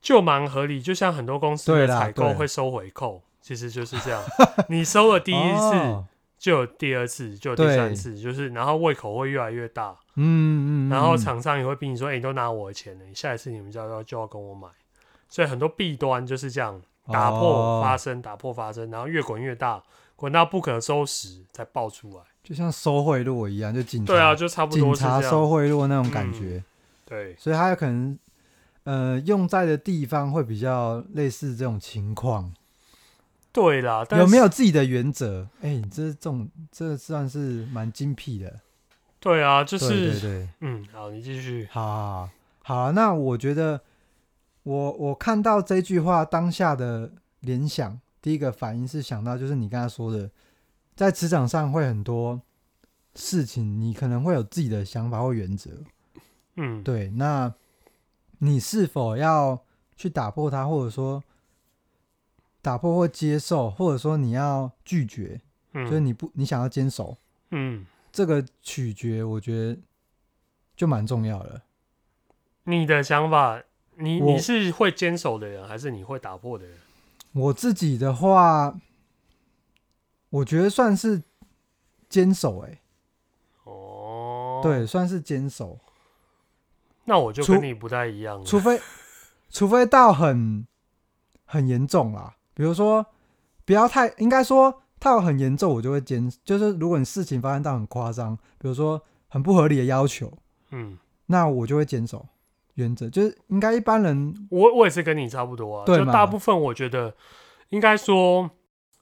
S2: 就蛮合理。就像很多公司
S1: 对
S2: 的
S1: 啦
S2: 采
S1: 对
S2: 购会收回扣，其实就是这样。 你收了第一次，
S1: 哦
S2: 就有第二次，就有第
S1: 对
S2: 三次，就是然后胃口会越来越大，
S1: 嗯嗯，嗯
S2: 然后
S1: 嗯
S2: 厂商也会逼你说：“哎、你都拿我的钱了，你下一次你们就要就要跟我买。”所以很多弊端就是这样，打破
S1: 哦
S2: 发生，打破发生，然后越滚越大，滚到不可收拾才爆出来。
S1: 就像收贿赂一样，就警察
S2: 对啊，就差不
S1: 嗯警
S2: 多是
S1: 察
S2: 这样。
S1: 收贿赂那种感
S2: 嗯
S1: 觉，
S2: 对，
S1: 所以他有可能呃用在的地方会比较类似这种情况。
S2: 对啦，但
S1: 有没
S2: 是
S1: 有自己的原则？哎、你这这种这算是蛮精辟的，
S2: 对啊，就是
S1: 对对对，
S2: 嗯，好，你继续。
S1: 好好好好啊，那我觉得我我看到这句话当下的联想，第一个反应是想到就是你刚才说的，在职场上会很多事情，你可能会有自己的想法或原则，
S2: 嗯，
S1: 对，那你是否要去打破它，或者说打破或接受，或者说你要拒绝，就是
S2: 嗯
S1: 你不你想要坚守，
S2: 嗯，
S1: 这个取决，我觉得就蛮重要的。
S2: 你的想法，你
S1: 我
S2: 你是会坚守的人，还是你会打破的人？
S1: 我自己的话，我觉得算是坚守、欸，
S2: 哦，，
S1: 对，算是坚守，
S2: 那我就
S1: 除
S2: 跟你不太一样了。
S1: 除非除非到很很严重啦，比如说不要太，应该说到很严重，我就会坚，就是如果你事情发生到很夸张，比如说很不合理的要求，
S2: 嗯，
S1: 那我就会坚守原则，就是应该一般人
S2: 我我也是跟你差不多啊，
S1: 对
S2: 就
S1: 嘛
S2: 大部分我觉得，应该说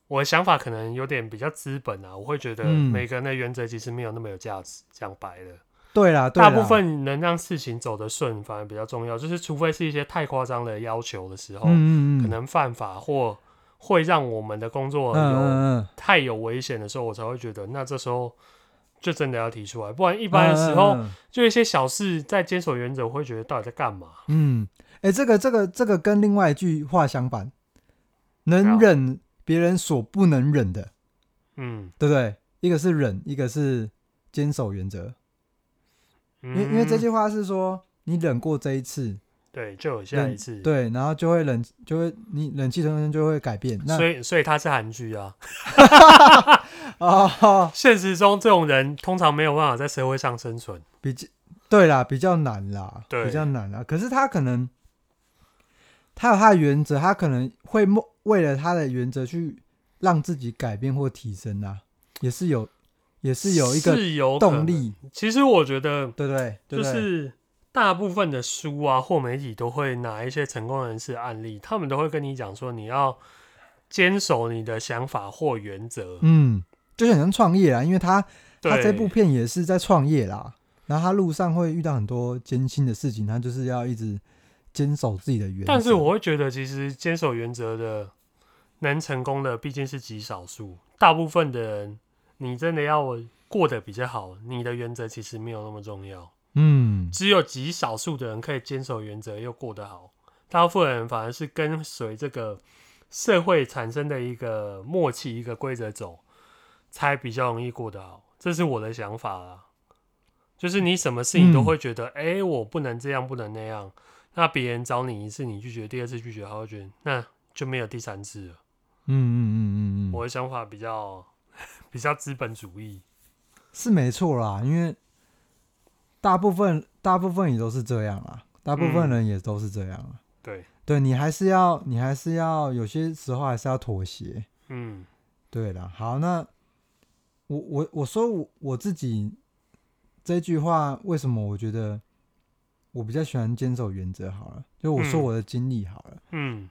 S2: 我的想法可能有点比较资本啊，我会觉得
S1: 嗯
S2: 每个人的原则其实没有那么有价值。讲白了，
S1: 对啦，对啊
S2: 大
S1: 啦
S2: 部分能让事情走得顺，反而比较重要。就是除非是一些太夸张的要求的时候，
S1: 嗯嗯嗯，
S2: 可能犯法或会让我们的工作
S1: 嗯
S2: 有、
S1: 嗯嗯，
S2: 太有危险的时候，我才会觉得那这时候就真的要提出来，不然一般的时候、
S1: 嗯，
S2: 就一些小事在坚守原则，我会觉得到底在干嘛？
S1: 嗯，哎、这个这个这个跟另外一句话相反，能
S2: 好
S1: 忍别人所不能忍的，
S2: 嗯，
S1: 对不对？一个是忍，一个是坚守原则。
S2: 因
S1: 因为因为
S2: 嗯
S1: 这句话是说，你忍过这一次，
S2: 对就有下
S1: 忍
S2: 一次，，
S1: 对，然后就会忍，就会你忍气吞声就会改变。那
S2: 所以所以他是韩剧啊。
S1: 哦，
S2: 现实中这种人通常没有办法在社会上生存。
S1: 比较对啦，比较难啦，
S2: 对
S1: 比较难啦。可是他可能他有他的原则，他可能会默为了他的原则去让自己改变或提升啊，也是有，也是有一个
S2: 是有可
S1: 动
S2: 能。
S1: 力，
S2: 其实我觉得
S1: 对不对？对
S2: 就
S1: 不对
S2: 是大部分的书啊或媒体都会拿一些成功人士的案例，他们都会跟你讲说你要坚守你的想法或原则。
S1: 嗯，就是很像创业啦，因为他他
S2: 对
S1: 这部片也是在创业啦，然后他路上会遇到很多艰辛的事情，他就是要一直坚守自己的原则。
S2: 但是我会觉得，其实坚守原则的能成功的毕竟是极少数，大部分的人，你真的要过得比较好，你的原则其实没有那么重要。
S1: 嗯
S2: 只有极少数的人可以坚守原则又过得好，大部分人反而是跟随这个社会产生的一个默契、一个规则走，才比较容易过得好。这是我的想法啦。就是你什么事情都
S1: 嗯
S2: 会觉得，哎、我不能这样，不能那样。那别人找你一次，你拒绝；第二次拒绝，他会觉得那就没有第三次了。
S1: 嗯嗯嗯嗯嗯，
S2: 我的想法比较 比较资本主义。
S1: 是没错啦，因为大部分大部分也都是这样啦，大部分
S2: 嗯
S1: 人也都是这样啦。
S2: 对，
S1: 对你还是要你还是要有些时候还是要妥协。
S2: 嗯
S1: 对啦，好，那我我我说我我自己这句话，为什么我觉得我比较喜欢坚守原则？好了，就我说
S2: 嗯
S1: 我的经历好了。
S2: 嗯，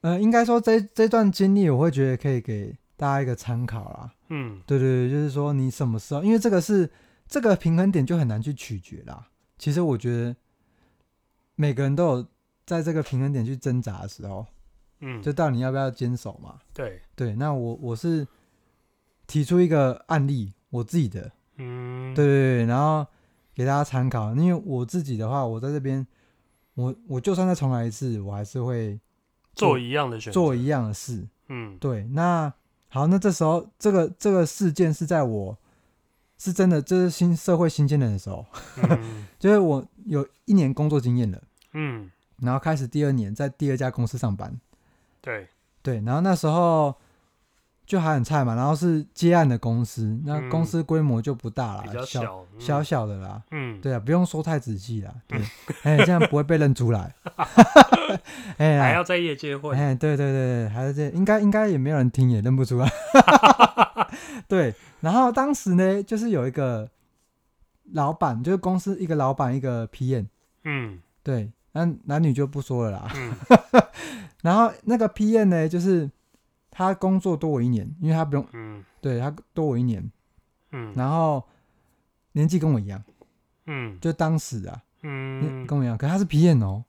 S1: 呃，应该说这这段经历，我会觉得可以给大家一个参考啦。
S2: 嗯，
S1: 对对对，就是说你什么时候，因为这个是这个平衡点就很难去取决啦。其实我觉得每个人都有在这个平衡点去挣扎的时候，
S2: 嗯，
S1: 就到底你要不要坚守嘛。
S2: 对，
S1: 对，那我我是提出一个案例，我自己的，
S2: 嗯，
S1: 对对对，然后给大家参考。因为我自己的话，我在这边，我我就算再重来一次，我还是会
S2: 做一样的选择，
S1: 做一样的事。
S2: 嗯
S1: 对，那好，那这时候这个这个事件是在我是真的，这、是新社会新鲜人的时候，
S2: 嗯
S1: 就是我有一年工作经验了，
S2: 嗯，
S1: 然后开始第二年在第二家公司上班，
S2: 对，
S1: 对，然后那时候就还很菜嘛，然后是接案的公司，那公
S2: 嗯
S1: 司规模就不大啦，
S2: 比较
S1: 小
S2: 小
S1: 小
S2: 嗯
S1: 小的啦。
S2: 嗯，
S1: 啊对啊，不用说太仔细啦。 对，哎、这样不会被认出来。 哎
S2: 还
S1: 呀，
S2: 要在业界混，
S1: 哎，对对对对，还是这应该应该也没有人听，也认不出 来。对，然后当时呢，就是有一个老板，就是公司一个老板，一个 PM，
S2: 嗯
S1: 对，男男女就不说了啦。
S2: 嗯
S1: 然后那个 PM 呢，就是他工作多我一年，因为他不用
S2: 嗯
S1: 对他多我一年，
S2: 嗯
S1: 然后年纪跟我一样，
S2: 嗯
S1: 就当时啊，嗯
S2: 嗯
S1: 跟我一样，可他是 PM 哦，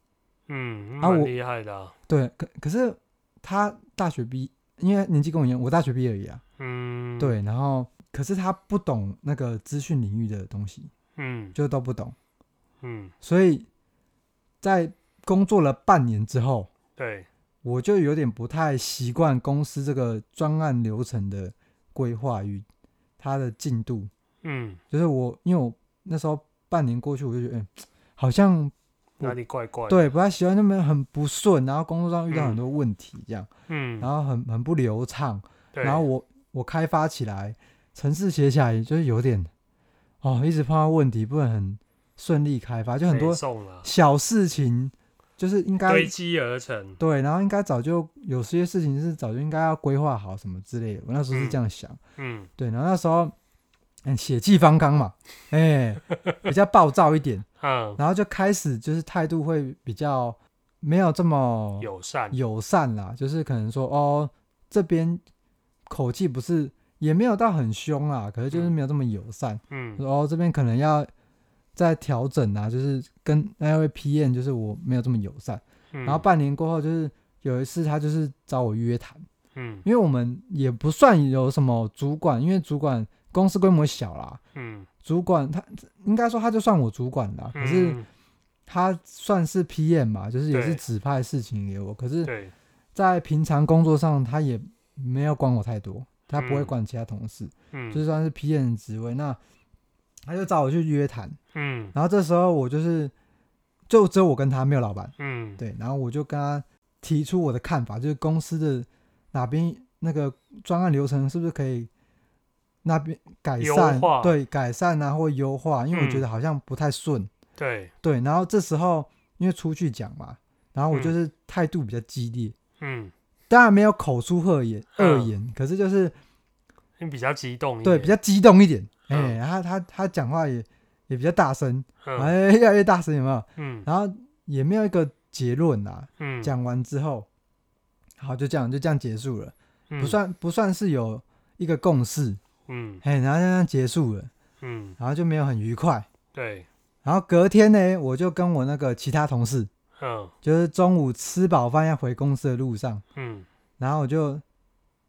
S2: 嗯，
S1: 啊
S2: 蛮
S1: 我
S2: 厉害的啊，
S1: 对，可可是他大学毕，因为年纪跟我一样，我大学毕业而已啊，
S2: 嗯，，
S1: 对，然后可是他不懂那个资讯领域的东西，
S2: 嗯
S1: 就都不懂，
S2: 嗯，
S1: 所以在工作了半年之后，
S2: 对，
S1: 我就有点不太习惯公司这个专案流程的规划与它的进度，
S2: 嗯，
S1: 就是我因为我那时候半年过去，我就觉得、嗯好像
S2: 哪里怪怪，，
S1: 对不太喜欢，那么很不顺，然后工作上遇到很多问题，这样，
S2: 嗯，
S1: 然后很很不流畅，
S2: 对，
S1: 然后我我开发起来，程式写起来就是有点哦，一直碰到问题，不能很顺利开发，就很多
S2: 送了，
S1: 小事情，就是应该
S2: 堆积而成，
S1: 对，然后应该早就有些事情是早就应该要规划好什么之类的。我那时候是这样想，
S2: 嗯
S1: 对，然后那时候嗯血气方刚嘛， 哎、比较暴躁一点，
S2: 嗯，
S1: 然后就开始就是态度会比较没有这么
S2: 友善，
S1: 友善啦，就是可能说哦这边口气不是也没有到很凶啦，可是就是
S2: 嗯
S1: 没有这么友善，
S2: 嗯
S1: 说哦这边可能要再调整啊，就是跟那位 PM 就是我没有这么友善。
S2: 嗯，
S1: 然后半年过后，就是有一次他就是找我约谈，
S2: 嗯
S1: 因为我们也不算有什么主管，因为主管公司规模小啦，
S2: 嗯，
S1: 主管他应该说他就算我主管啦，可是
S2: 嗯
S1: 他算是 PM 嘛，就是也是
S2: 对
S1: 指派事情给我，可是
S2: 对，
S1: 在平常工作上他也没有管我太多，他不会
S2: 嗯
S1: 管其他同事，
S2: 嗯
S1: 就算是 PM 的职位，那他就找我去约谈，
S2: 嗯
S1: 然后这时候我就是就只有我跟他没有老板，
S2: 嗯
S1: 对，然后我就跟他提出我的看法，就是公司的哪边那个专案流程是不是可以那边改
S2: 优
S1: 善
S2: 化，
S1: 对，改善啊或优化，因为我觉
S2: 嗯
S1: 得好像不太顺，
S2: 对，
S1: 对，然后这时候因为出去讲嘛，然后我就
S2: 嗯
S1: 是态度比较激烈，
S2: 嗯，
S1: 当然没有口出恶言，恶
S2: 嗯
S1: 言，可是就是
S2: 你比较激动一
S1: 对
S2: 点，
S1: 比较激动一点，哎、
S2: 嗯
S1: 然后他他讲话也也比较大声，
S2: 嗯
S1: 哎、越来越大声，有没有？
S2: 嗯
S1: 然后也没有一个结论啦、
S2: 嗯，
S1: 讲完之后，好，就这样就这样结束了，
S2: 嗯
S1: 不算不算是有一个共识，
S2: 嗯
S1: 嘿，然后就这样结束了，
S2: 嗯
S1: 然后就没有很愉快。
S2: 对，
S1: 然后隔天呢，我就跟我那个其他同事，
S2: 嗯
S1: 就是中午吃饱饭要回公司的路上，
S2: 嗯
S1: 然后我就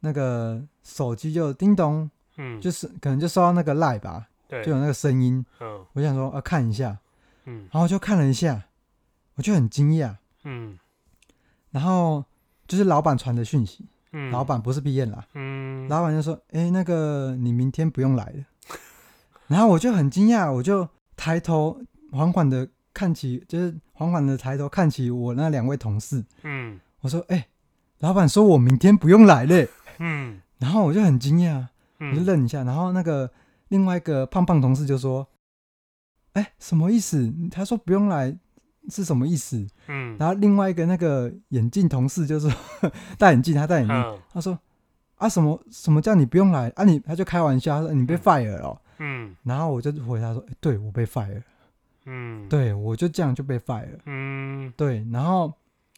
S1: 那个手机就叮咚，
S2: 嗯，
S1: 就是可能就收到那个赖吧，
S2: 对，
S1: 就有那个声音，
S2: 嗯
S1: 我想说啊看一下，
S2: 嗯
S1: 然后我就看了一下，我就很惊讶，
S2: 嗯
S1: 然后就是老板传的讯息，
S2: 嗯，
S1: 老板不是毕业啦。
S2: 嗯，
S1: 老板就说：“哎、那个你明天不用来了。” 然后我就很惊讶，我就抬头缓缓的看起，就是缓缓的抬头看起我那两位同事，
S2: 嗯
S1: 我说：“哎、老板说我明天不用来嘞。
S2: 嗯”
S1: 然后我就很惊讶，我就
S2: 嗯，
S1: 愣一下。然后那个另外一个胖胖同事就说：“哎、什么意思？他说不用来是什么意思？”
S2: 嗯，
S1: 然后另外一个那个眼镜同事就说：“ 戴眼镜，他戴眼镜。”
S2: 嗯
S1: 他说啊什么什么叫你不用来啊你他就开玩笑他说你被 fire 了哦、
S2: 嗯
S1: 然后我就回答说、欸对我被 fire 了
S2: 嗯，，
S1: 对我就这样就被 fire 了
S2: 嗯
S1: 对然后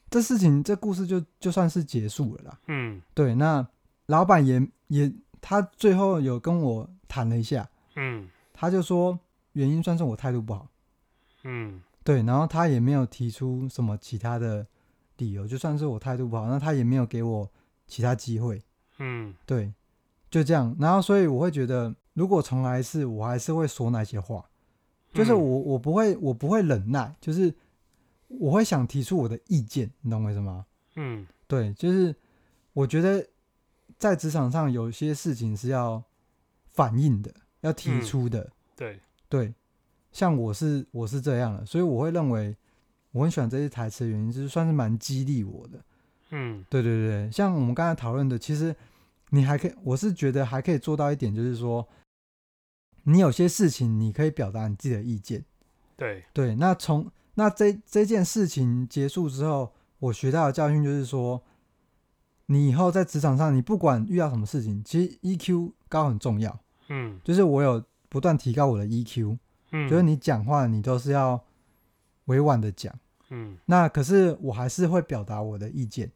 S1: 这事情这故事就就算是结束了啦
S2: 嗯
S1: 对那老板也也他最后有跟我谈了一下
S2: 嗯
S1: 他就说原因算是我态度不好
S2: 嗯
S1: 对然后他也没有提出什么其他的理由就算是我态度不好那他也没有给我其他机会
S2: 嗯
S1: 对，就这样。然后，所以我会觉得，如果重来一次，我还是会说那些话，就是
S2: 嗯
S1: 我我不会我不会忍耐，就是我会想提出我的意见，你懂我意思吗？
S2: 嗯
S1: 对，就是我觉得在职场上有些事情是要反应的，要提
S2: 嗯
S1: 出的。
S2: 对，
S1: 对，像我是我是这样的，所以我会认为我很喜欢这些台词的原因，就是算是蛮激励我的。
S2: 嗯
S1: 对对对，像我们刚才讨论的，其实你还可以，我是觉得还可以做到一点，就是说，你有些事情你可以表达你自己的意见。
S2: 对，
S1: 对，那从那这这件事情结束之后，我学到的教训就是说，你以后在职场上，你不管遇到什么事情，其实 EQ 高很重要。
S2: 嗯
S1: 就是我有不断提高我的 E EQ，、
S2: 嗯，
S1: 就是你讲话你都是要委婉的讲。
S2: 嗯
S1: 那可是我还是会表达我的意见。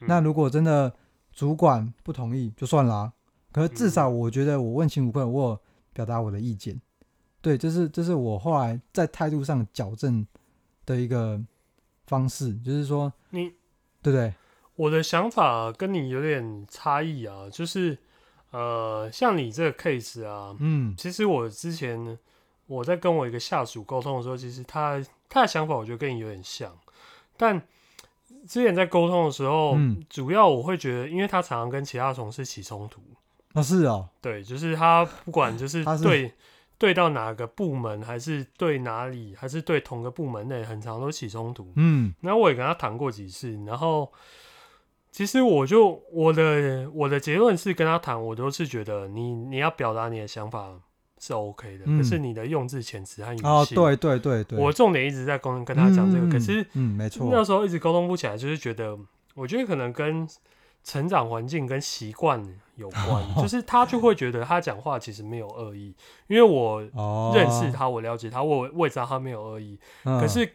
S2: 嗯
S1: 那如果真的主管不同意，就算啦、可是至少
S2: 嗯
S1: 我觉得我问心无愧，我有表达我的意见。对，这是这是我后来在态度上矫正的一个方式，就是说，
S2: 你
S1: 对不对？
S2: 我的想法跟你有点差异啊，就是呃，像你这个 case 啊，
S1: 嗯
S2: 其实我之前我在跟我一个下属沟通的时候，其实他他的想法我觉得跟你有点像，但之前在沟通的时候，
S1: 嗯，
S2: 主要我会觉得，因为他常常跟其他同事起冲突，
S1: 哦是哦，
S2: 对，就是他不 管就是
S1: 他是
S2: 对对到哪个部门，还是对哪里，还是对同个部门内，很常都起冲突。
S1: 嗯
S2: 然后我也跟他谈过几次，然后其实我就我的我的结论是跟他谈，我都是觉得你你要表达你的想法是 OK 的，
S1: 嗯
S2: 可是你的用字遣词和语气，
S1: 哦对对对对，
S2: 嗯我重点一直在跟跟他讲这个，
S1: 嗯
S2: 可是
S1: 嗯没错，
S2: 那时候一直沟通不起来，就是觉得我觉得可能跟成长环境跟习惯有 关，就是他就会觉得他讲话其实没有恶意，因为我
S1: 哦
S2: 认识，他，我了解他，我我也知道他没有恶意，
S1: 嗯
S2: 可是，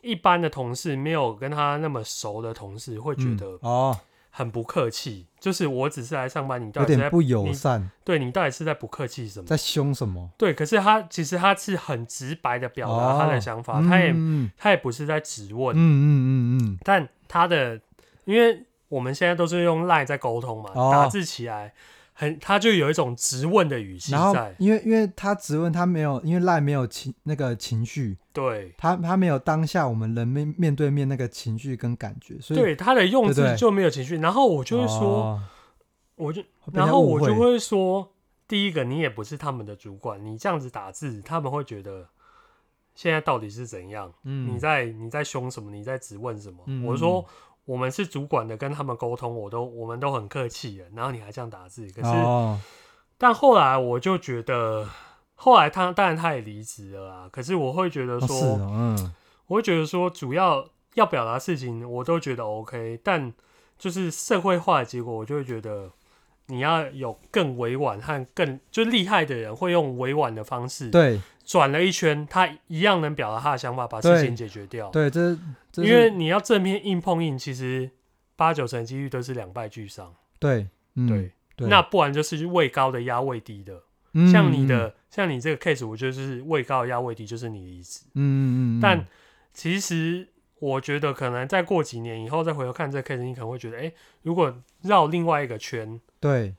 S2: 一般的同事没有跟他那么熟的同事会觉
S1: 嗯
S2: 得
S1: 哦
S2: 很不客气，就是我只是来上班，你到
S1: 有
S2: 底是
S1: 点
S2: 啊在
S1: 不友善，
S2: 对你到底是在不客气什么？
S1: 在凶什么？
S2: 对，可是他其实他是很直白的表达他的
S1: 哦
S2: 想法，他也
S1: 嗯
S2: 他也不是在质
S1: 嗯嗯
S2: 问，
S1: 嗯嗯
S2: 但他的因因为我们现在都是用赖在沟通嘛，
S1: 哦
S2: 打字起来很，他就有一种质问的语气
S1: 然后
S2: 在，
S1: 因为因为他质问他没有，因为赖没有情那个情绪，
S2: 对。
S1: 他他没有当下我们人面面对面那个情绪跟感觉，所以
S2: 对他的用
S1: 对
S2: 字
S1: 对
S2: 就没有情绪，然后我就会说，
S1: 哦
S2: 我就
S1: 会被人
S2: 然
S1: 家
S2: 后
S1: 误
S2: 我就
S1: 会
S2: 会说，第一个你也不是他们的主管，你这样子打字，他们会觉得现在到底是怎样？
S1: 嗯
S2: 你在你在凶什么？你在质问什么？
S1: 嗯
S2: 我说我们是主管的，跟他们沟通，我都我们都很客气了，然后你还这样打字，可是、
S1: 哦
S2: 但后来我就觉得，后来他当然他也离职了啊，可是我会觉得
S1: 哦
S2: 说，
S1: 是哦嗯
S2: 我会觉得说，主要要表达事情，我都觉得 OK，但就是社会化的结果，我就会觉得你要有更委婉和更就厉害的人会用委婉的方式，
S1: 对
S2: 转了一圈，他一样能表达他的想法，把
S1: 对
S2: 事情解决掉。
S1: 对这这
S2: 哦因
S1: 是
S2: 为你要正面硬碰硬，其实八九成几率都是两败俱伤。
S1: 对嗯
S2: 对，
S1: 对
S2: 那不然就是位高的压位低的，
S1: 嗯
S2: 像你的像你这个 case，我觉得就是位高的压位低，就是你离职。
S1: 嗯嗯嗯嗯，
S2: 但其实我觉得，可能再过几年以后再回头看这个 case，你可能会觉得，哎、如果绕另外一个圈，
S1: 对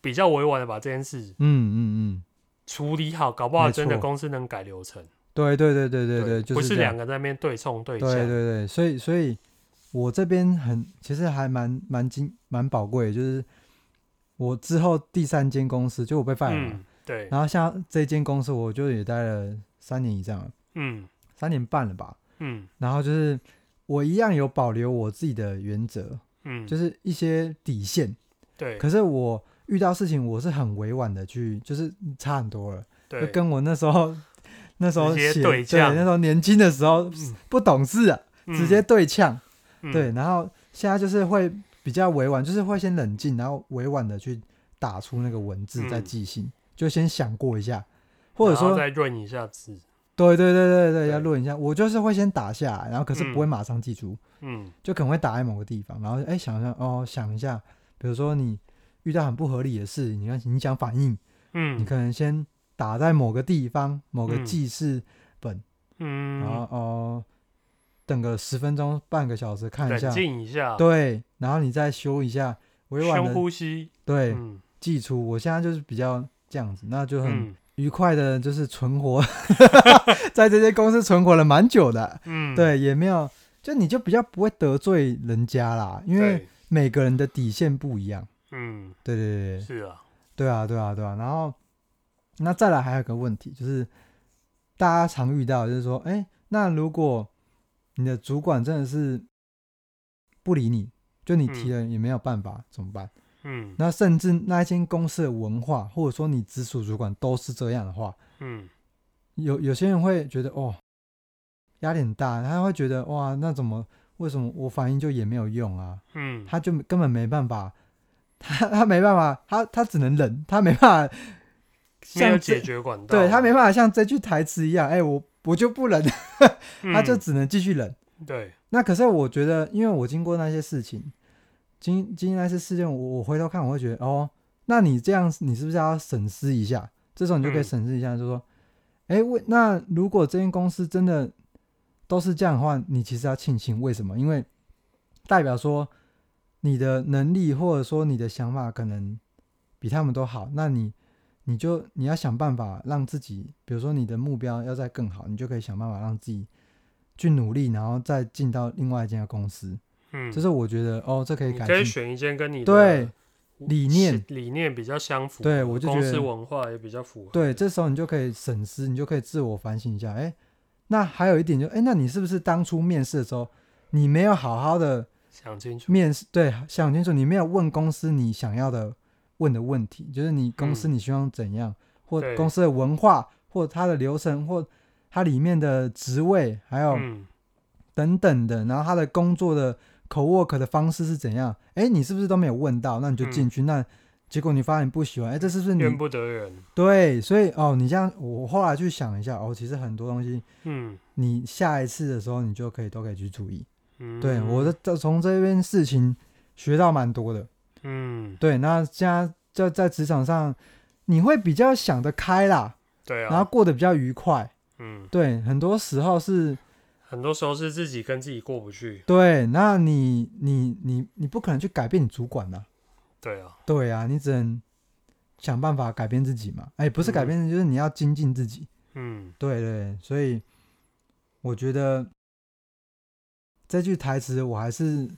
S2: 比较委婉的把这件事
S1: 嗯嗯嗯
S2: 处理好，搞不好
S1: 没错
S2: 真的公司能改流程。
S1: 对对对对对对，就
S2: 不
S1: 是
S2: 是
S1: 这样
S2: 两个在那边对冲对呛。
S1: 对对对，所以所以，我这边很其实还蛮蛮金蛮宝贵的，就是我之后第三间公司就我被 fire 了，
S2: 嗯，对，
S1: 然后像这间公司我就也待了三年以上了，
S2: 嗯
S1: 三年半了吧。
S2: 嗯
S1: 然后就是我一样有保留我自己的原则，
S2: 嗯，
S1: 就是一些底线。
S2: 对
S1: 可是我遇到事情我是很委婉的去，就是差很多了，就
S2: 对
S1: 跟我那时候。那时候
S2: 直接
S1: 写
S2: 对
S1: 对，
S2: 呛
S1: 那时候年轻的时候
S2: 嗯
S1: 不懂事啊，直接对呛，
S2: 嗯
S1: 对，然后现在就是会比较委婉，就是会先冷静，然后委婉的去打出那个文字，
S2: 嗯
S1: 再即兴，就先想过一下，或者
S2: 然后
S1: 说，
S2: 再润一下字。
S1: 对对对对对，
S2: 对
S1: 要论一下。我就是会先打下来，然后可是不会
S2: 嗯
S1: 马上记住，
S2: 嗯
S1: 就可能会打在某个地方，然后哎想一下，哦想一下，比如说你遇到很不合理的事，你要你想反应，你
S2: 嗯
S1: 可能先打在某个地方、某个
S2: 嗯
S1: 记事，然后
S2: 嗯，
S1: 哦等个十分钟、半个小时看一
S2: 冷
S1: 下，
S2: 静一下，
S1: 对，然后你再修一下，委婉
S2: 深
S1: 的
S2: 呼吸。
S1: 对
S2: 嗯
S1: 寄出。我现在就是比较这样子，那就很
S2: 嗯
S1: 愉快的，就是存活， 在这些公司存活了蛮久的，
S2: 嗯，
S1: 对，也没有，就你就比较不会得罪人家啦，因为
S2: 对，
S1: 每个人的底线不一样。
S2: 嗯，
S1: 对对对对，
S2: 是啊，
S1: 对啊对啊对啊。然后，那再来还有一个问题就是，大家常遇到就是说，哎，那如果你的主管真的是不理你，就你提了也没有办法，怎么办？
S2: 嗯
S1: 那甚至那一间公司的文化，或者说你直属主管都是这样的话，
S2: 嗯
S1: 有有些人会觉得哦，压力很大，他会觉得哇，那怎么为什么我反应就也没有用啊？
S2: 嗯，
S1: 他就根本没办法，他他没办法，他他只能忍，他没办法
S2: 没有
S1: 像这，
S2: 解决啊管道，
S1: 对他没办法像这句台词一样，哎、我我就不忍，他就
S2: 嗯
S1: 只能继续忍。
S2: 对，
S1: 那可是我觉得，因为我经过那些事情，经经历那些事件，我我回头看，我会觉得，哦，那你这样，你是不是要审视一下？这时候你就可以
S2: 嗯
S1: 审视一下，就说，哎、为那如果这间公司真的都是这样的话，你其实要庆幸，为什么？因为代表说你的能力或者说你的想法可能比他们都好，那你你就你要想办法让自己，比如说你的目标要再更好，你就可以想办法让自己去努力，然后再进到另外一间公司。
S2: 嗯，
S1: 这是我觉得哦，这可以
S2: 你
S1: 改
S2: 可以
S1: 进。
S2: 选一间跟你的
S1: 对
S2: 是
S1: 理念
S2: 理念比较相符，
S1: 对我就觉
S2: 公司
S1: 得
S2: 文化也比较符合，
S1: 对，这时候你就可以审视，你就可以自我反省一下。哎，那还有一点就，哎，那你是不是当初面试的时候，你没有好好的
S2: 想清楚，
S1: 面试？对，想清楚，你没有问公司你想要的问的问题，就是你公司
S2: 嗯
S1: 你希望怎样，或
S2: 对
S1: 公司的文化，或它的流程，或它里面的职位，还有
S2: 嗯
S1: 等等的，然后他的工作的 co work 的方式是怎样？哎，你是不是都没有问到？那你就
S2: 嗯
S1: 进去，那结果你发现你不喜欢，哎，这是不是
S2: 怨
S1: 你
S2: 不得人，
S1: 对？所以哦，你这样，我后来去想一下，哦，其实很多东西，
S2: 嗯
S1: 你下一次的时候你就可以都可以去注意。
S2: 嗯，
S1: 对我的这从这边事情学到蛮多的。
S2: 嗯
S1: 对，那现在在在职场上，你会比较想得开啦，
S2: 对
S1: 然后
S2: 啊，
S1: 过得比较愉快。
S2: 嗯，
S1: 对，很多时候是
S2: 很多时候是自己跟自己过不去。
S1: 对，那你你你你不可能去改变你主管呐、
S2: 对啊，
S1: 对啊，你只能想办法改变自己嘛。哎，不是改变自己，就是你要精进自己。
S2: 嗯，
S1: 对对，所以我觉得这句台词我还是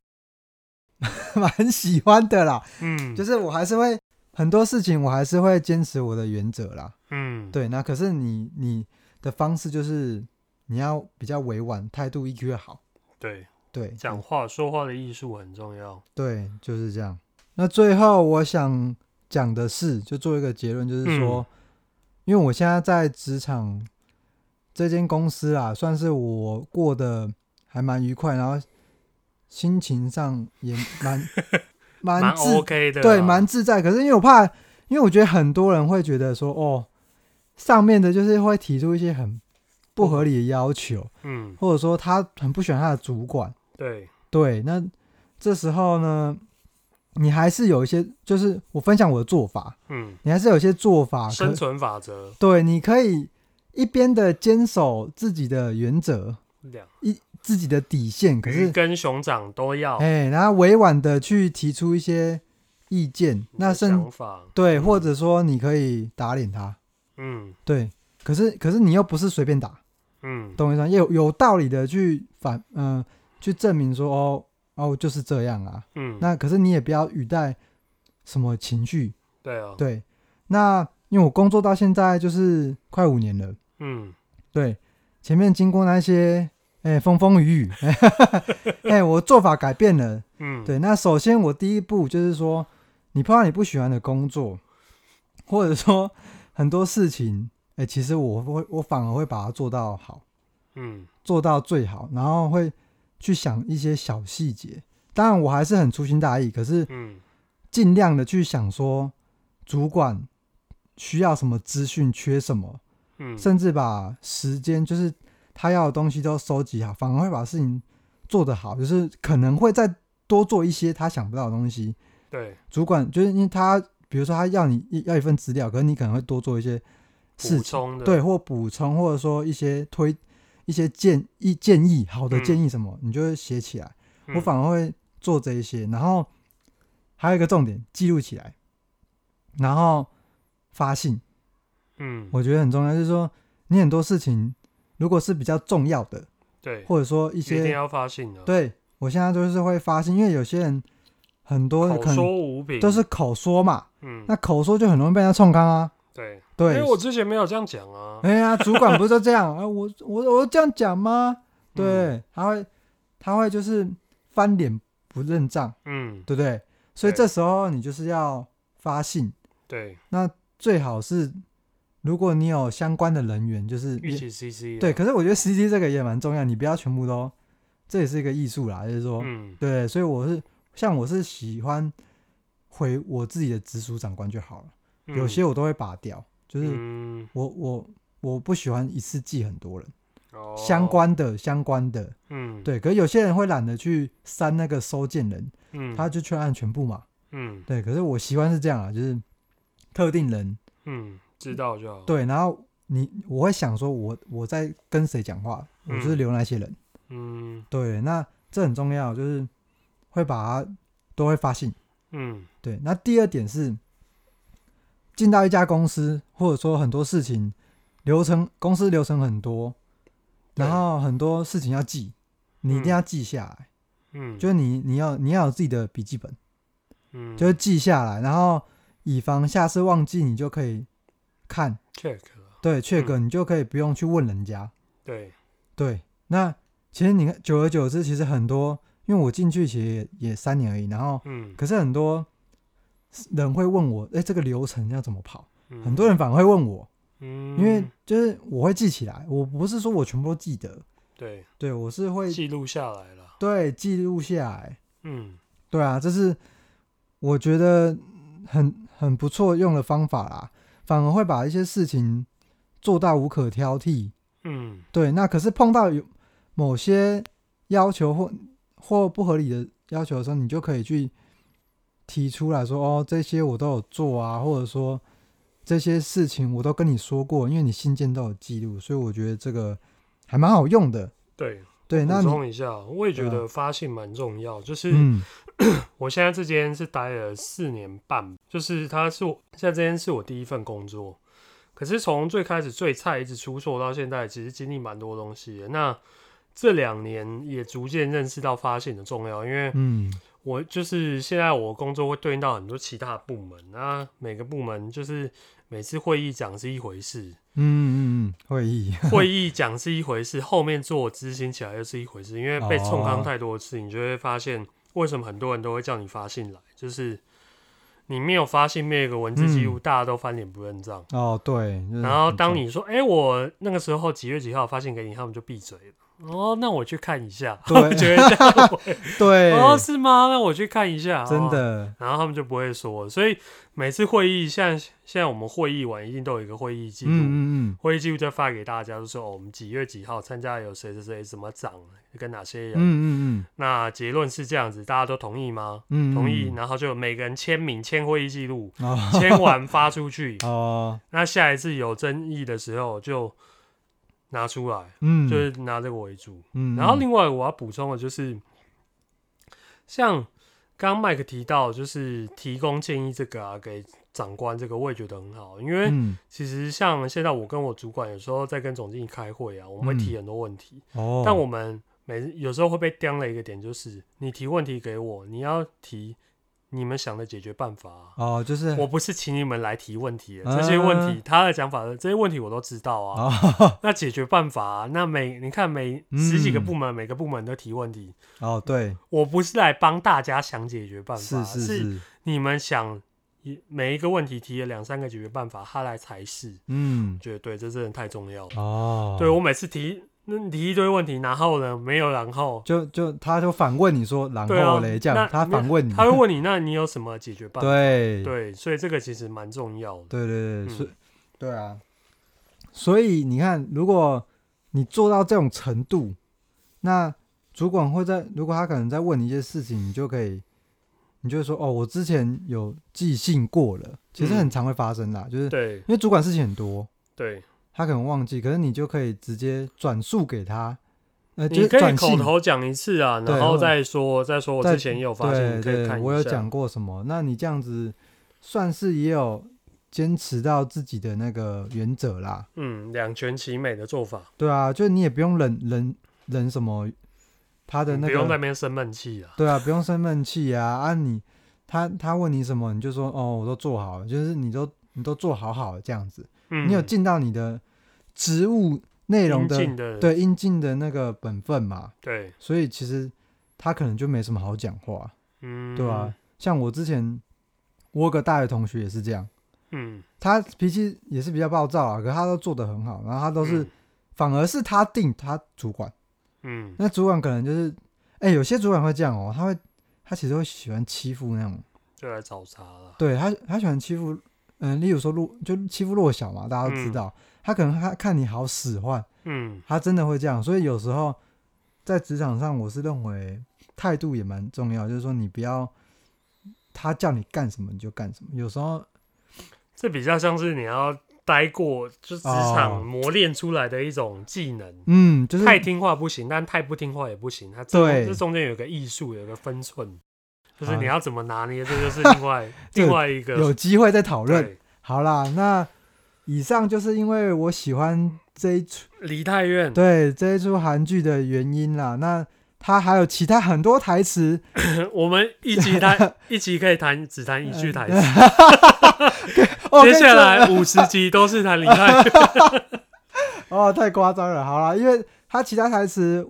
S1: 蛮喜欢的啦，
S2: 嗯，
S1: 就是我还是会很多事情我还是会坚持我的原则啦。
S2: 嗯，
S1: 对，那可是你你的方式就是你要比较委婉，态度 EQ 要好。
S2: 对，
S1: 对，
S2: 讲话说话的艺术很重要。
S1: 对，就是这样。那最后我想讲的是，就做一个结论，就是说，
S2: 嗯
S1: 因为我现在在职场这间公司啊，算是我过得还蛮愉快，然后心情上也 蛮
S2: 蛮
S1: 蛮自
S2: OK 的啦，哦
S1: 对蛮自在。可是因为我怕，因为我觉得很多人会觉得说，哦，上面的就是会提出一些很不合理的要求，
S2: 嗯，
S1: 或者说他很不喜欢他的主管。
S2: 对，
S1: 对，那这时候呢，你还是有一些，就是我分享我的做法，
S2: 嗯，
S1: 你还是有一些做法啊可
S2: 生，存法则
S1: 对，你可以一边的坚守自己的原则、
S2: 两，
S1: 自己的底线，可
S2: 鱼
S1: 是
S2: 跟熊掌都要。
S1: 哎，然后委婉的去提出一些意见，
S2: 你的
S1: 那甚
S2: 嗯想法，
S1: 对，
S2: 嗯
S1: 或者说你可以打脸他，
S2: 嗯
S1: 对，可是可是你又不是随便打，
S2: 嗯，
S1: 懂我意思吗？有有道理的去反，嗯、去证明说哦哦就是这样啊，
S2: 嗯，
S1: 那可是你也不要语带什么情绪，
S2: 对啊，
S1: 对。那因为我工作到现在就是快五年了，
S2: 嗯
S1: 对，前面经过那些哎、风风雨 雨，哎、我做法改变了，
S2: 嗯，
S1: 对。那首先我第一步就是说，你碰到你不喜欢的工作，或者说 很多事情，哎、其实我会我反而会把它做到好，
S2: 嗯
S1: 做到最好，然后会去想一些小细节。当然我还是很粗心大意，可是
S2: 嗯
S1: 尽量的去想说，主管需要什么资讯，缺什么，
S2: 嗯，
S1: 甚至把时间就是他要的东西都收集好，反而会把事情做得好，就是可能会再多做一些他想不到的东西。
S2: 对，
S1: 主管就是因为他，比如说他要你一要一份资料，可是你可能会多做一些事情，
S2: 补充的，
S1: 对，或补充，或者说一些推一些建议建议，好的
S2: 嗯
S1: 建议什么，你就会写起来。
S2: 嗯，
S1: 我反而会做这一些，然后还有一个重点，记录起来，然后发信，
S2: 嗯，
S1: 我觉得很重要，就是说你很多事情如果是比较重要的，
S2: 对，
S1: 或者说一
S2: 一定
S1: 些，
S2: 要发信的，，
S1: 对我现在就是会发信，因为有些人很多
S2: 口
S1: 可
S2: 说
S1: 能
S2: 无凭，
S1: 都是口说嘛，
S2: 嗯，
S1: 那口说就很容易被人家冲康啊，
S2: 对，因
S1: 对
S2: 为，我之前没有这样讲啊，
S1: 哎呀，主管不是都这样？ 啊，我我我这样讲吗？
S2: 嗯
S1: 对，他会他会就是翻脸不认账。
S2: 嗯，嗯，
S1: 对不对？所以
S2: 对
S1: 这时候你就是要发信，
S2: 对，
S1: 最好是如果你有相关的人员，就是
S2: 一
S1: 你
S2: 起 CC，啊
S1: 对。，可是我觉得 CD 这个也蛮重要，你不要全部都，这也是一个艺术啦，就是说，
S2: 嗯，
S1: 对，所以我是像我是喜欢回我自己的直属长官就好了，
S2: 嗯
S1: 有些我都会拔掉，就是
S2: 嗯，
S1: 我我我不喜欢一次记很多人，
S2: 哦
S1: 相，关的相关的，
S2: 嗯，，
S1: 对，可是有些人会懒得去删那个收件人，
S2: 嗯，
S1: 他，就去按全部嘛。
S2: 嗯
S1: 对，可是我习惯是这样啊，就是特定人
S2: 嗯，知道就好，，
S1: 对，然后你我会想说我，我在跟谁讲话，我就是
S2: 嗯
S1: 留那些人。
S2: 嗯
S1: 对，那这很重要，就是会把它都会发信。
S2: 嗯
S1: 对，那第二点是进到一家公司，或者说很多事情流程，公司流程很多，然
S2: 对
S1: 后很多事情要记，你一定
S2: 嗯
S1: 要记下来。
S2: 嗯，
S1: 就是你你要你要有自己的笔记本。
S2: 嗯
S1: 就是记下来，然后以防下次忘记，你就可以看，
S2: check，啊
S1: 对，确个你就可以不用去问人家，
S2: 对，
S1: 对。那其实你看，久而久之，其实很多，因为我进去其实也也三年而已，然后
S2: 嗯，
S1: 可是很多人会问我，哎，这个流程要怎么跑？
S2: 嗯
S1: 很多人，反而会问我，
S2: 嗯，
S1: 因为就是我会记起来，我不是说我全部都记得，
S2: 对，
S1: 对我是会
S2: 记录下来了，
S1: 对记录下来，
S2: 嗯
S1: 对啊，这是我觉得很很不错用的方法啦，反而会把一些事情做到无可挑剔。
S2: 嗯
S1: 对，那可是碰到有某些要求或或不合理的要求的时候，你就可以去提出来说，哦，这些我都有做啊，或者说这些事情我都跟你说过，因为你信件都有记录，所以我觉得这个还蛮好用的。
S2: 对，
S1: 对，那
S2: 补
S1: 你
S2: 充一下，我也觉
S1: 对
S2: 得发信蛮重要。就是
S1: 嗯
S2: 我现在这间是待了四年半，就是它是我现在这间是我第一份工作。可是从最开始最菜一直出错到现在，其实经历蛮多东西的。那这两年也逐渐认识到发信的重要，因为
S1: 嗯
S2: 我就是现在我工作会对应到很多其他部门，那每个部门就是每次会议讲是一回事，
S1: 嗯嗯嗯，会议，
S2: 会议讲是一回事，后面做执行起来又是一回事，因
S1: 哦
S2: 为被冲康太多次，你就会发现为什么很多人都会叫你发信来，就是你没有发信，没有一个文字记录，大家都翻脸不认账。
S1: 哦对，就是
S2: 然后
S1: 很
S2: 当
S1: 重
S2: 你说，哎、我那个时候几月几号发信给你，他们就闭嘴了。哦，那我去看一下，
S1: 对
S2: 我 觉得这样会
S1: 对，
S2: 哦，是吗？那我去看一下，
S1: 真
S2: 哦
S1: 的，
S2: 然后他们就不会说。所以每次会议，像现在我们会议完，一定都有一个会议记录，
S1: 嗯嗯
S2: 会议记录再发给大家，就说、哦、我们几月几号参加有谁谁谁怎么涨，跟哪些
S1: 嗯
S2: 人。
S1: 嗯嗯
S2: 那结论是这样子，大家都同意吗？
S1: 嗯，
S2: 啊同意，
S1: 嗯
S2: 然后就每个人签名签会议记 录，
S1: 哦。
S2: 签完发出去
S1: 哦，
S2: 那下一次有争议的时候就拿出来，
S1: 嗯，
S2: 就是拿这个为主。
S1: 嗯，
S2: 然后
S1: 嗯
S2: 另外我要补充的就是，像刚刚麦克提到，就是提供建议这个啊，给长官这个，我也觉得很好，因为
S1: 嗯
S2: 其实像现在我跟我主管有时候在跟总经理开会啊，我们会提很多问题，
S1: 嗯哦，
S2: 但我们每有时候会被刁了一个点，就是你提问题给我，你要提你们想的解决办法啊、
S1: 哦就是
S2: 我不是请你们来提问题的，
S1: 啊
S2: 这些问题、他的讲法，这些问题我都知道啊。
S1: 哦
S2: 那解决办法、啊，那每你看每
S1: 嗯
S2: 十几个部门，每个部门都提问题，
S1: 哦对，
S2: 我不是来帮大家想解决办法，
S1: 是是
S2: 是
S1: 是，
S2: 你们想一每一个问题提了两三个解决办法，他来裁示。
S1: 嗯
S2: 觉得对，这真的太重要了。
S1: 哦，
S2: 对我每次提那你提一堆问题，然后呢没有然后，
S1: 就就他就反问你说，然
S2: 对啊
S1: 后嘞这
S2: 那
S1: 样，他反问你，
S2: 他会问你，那你有什么解决办法？
S1: 对
S2: 对，所以这个其实蛮重要的。
S1: 对对对，
S2: 嗯
S1: 所以对啊，所以你看，如果你做到这种程度，那主管会在，如果他可能在问你一些事情，你就可以，你就会说哦，我之前有寄信过了，其实很
S2: 嗯
S1: 常会发生啦，就是
S2: 对
S1: 因为主管事情很多，
S2: 对，
S1: 他可能忘记，可是你就可以直接转述给他，呃，就
S2: 你
S1: 是
S2: 可以
S1: 转
S2: 口
S1: 信。
S2: 头讲一次啊，
S1: 对
S2: 然后
S1: 或者
S2: 再说再说。我
S1: 在
S2: 之前也有发现，
S1: 对
S2: 你可以
S1: 对
S2: 看，一
S1: 我有
S2: 下
S1: 讲过什么？那你这样子算是也有坚持到自己的那个原则啦。
S2: 嗯，两全其美的做法，
S1: 对啊，就你也不用忍忍忍什么他的
S2: 你
S1: 那
S2: 嗯不用在
S1: 个，
S2: 那边生闷气啊。
S1: 对啊，不用生闷气啊 啊你他他问你什么你就说哦我都做好了，就是你都你都做好好的这样子，
S2: 嗯，
S1: 你有尽到你的职务内容
S2: 应
S1: 的
S2: 尽的，
S1: 对应尽的那个本分嘛，
S2: 对，
S1: 所以其实他可能就没什么好讲话，
S2: 嗯，
S1: 对啊，，像我之前我有个大学同学也是这样，
S2: 嗯，
S1: 他脾气也是比较暴躁啊，可他都做得很好，然后他都是、反而是他定他主管。
S2: 嗯，嗯，
S1: 那主管可能就是，哎、有些主管会这样哦，他会，他其实会喜欢欺负那种，
S2: 就来找茬了。
S1: 对他，他喜欢欺负，嗯、例如说弱，就欺负弱小嘛，大家都知
S2: 嗯
S1: 道，他可能他看你好使唤，
S2: 嗯，
S1: 他真的会这样，所以有时候在职场上，我是认为态度也蛮重要，就是说你不要他叫你干什么你就干什么，有时候
S2: 这比较像是你要待过，就职场
S1: 哦
S2: 磨练出来的一种技能。
S1: 嗯，就是
S2: 太听话不行，但太不听话也不行。它这
S1: 对
S2: 这中间有个艺术，有个分寸，就是
S1: 好
S2: 你要怎么拿捏，这就是 另外
S1: 这
S2: 另外一个
S1: 有机会再讨论。
S2: 对
S1: 好啦，那以上就是因为我喜欢这一出。
S2: 梨泰院，
S1: 对这一出韩剧的原因啦。那它还有其他很多台词，
S2: 我们一集 谈一集可以谈只谈一句台词，
S1: 呃 哦、
S2: 接下
S1: 跟
S2: 来五十集都是谈梨泰院。
S1: 你说哦，太夸张了。好啦，因为它其他台词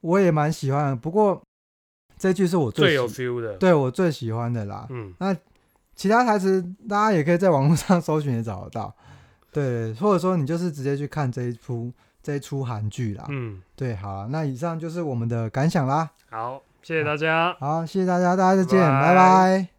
S1: 我也蛮喜欢的，不过这句是我最
S2: 最
S1: 喜
S2: 有 feel 的。
S1: 对我最喜欢的啦。
S2: 嗯，
S1: 其他台词大家也可以在网络上搜寻也找得到，对，或者说你就是直接去看这一出这一出韩剧啦。
S2: 嗯，
S1: 对，好啦，那以上就是我们的感想啦。
S2: 好，谢谢大家。
S1: 好，谢谢大家，大家再见，拜
S2: 拜
S1: 拜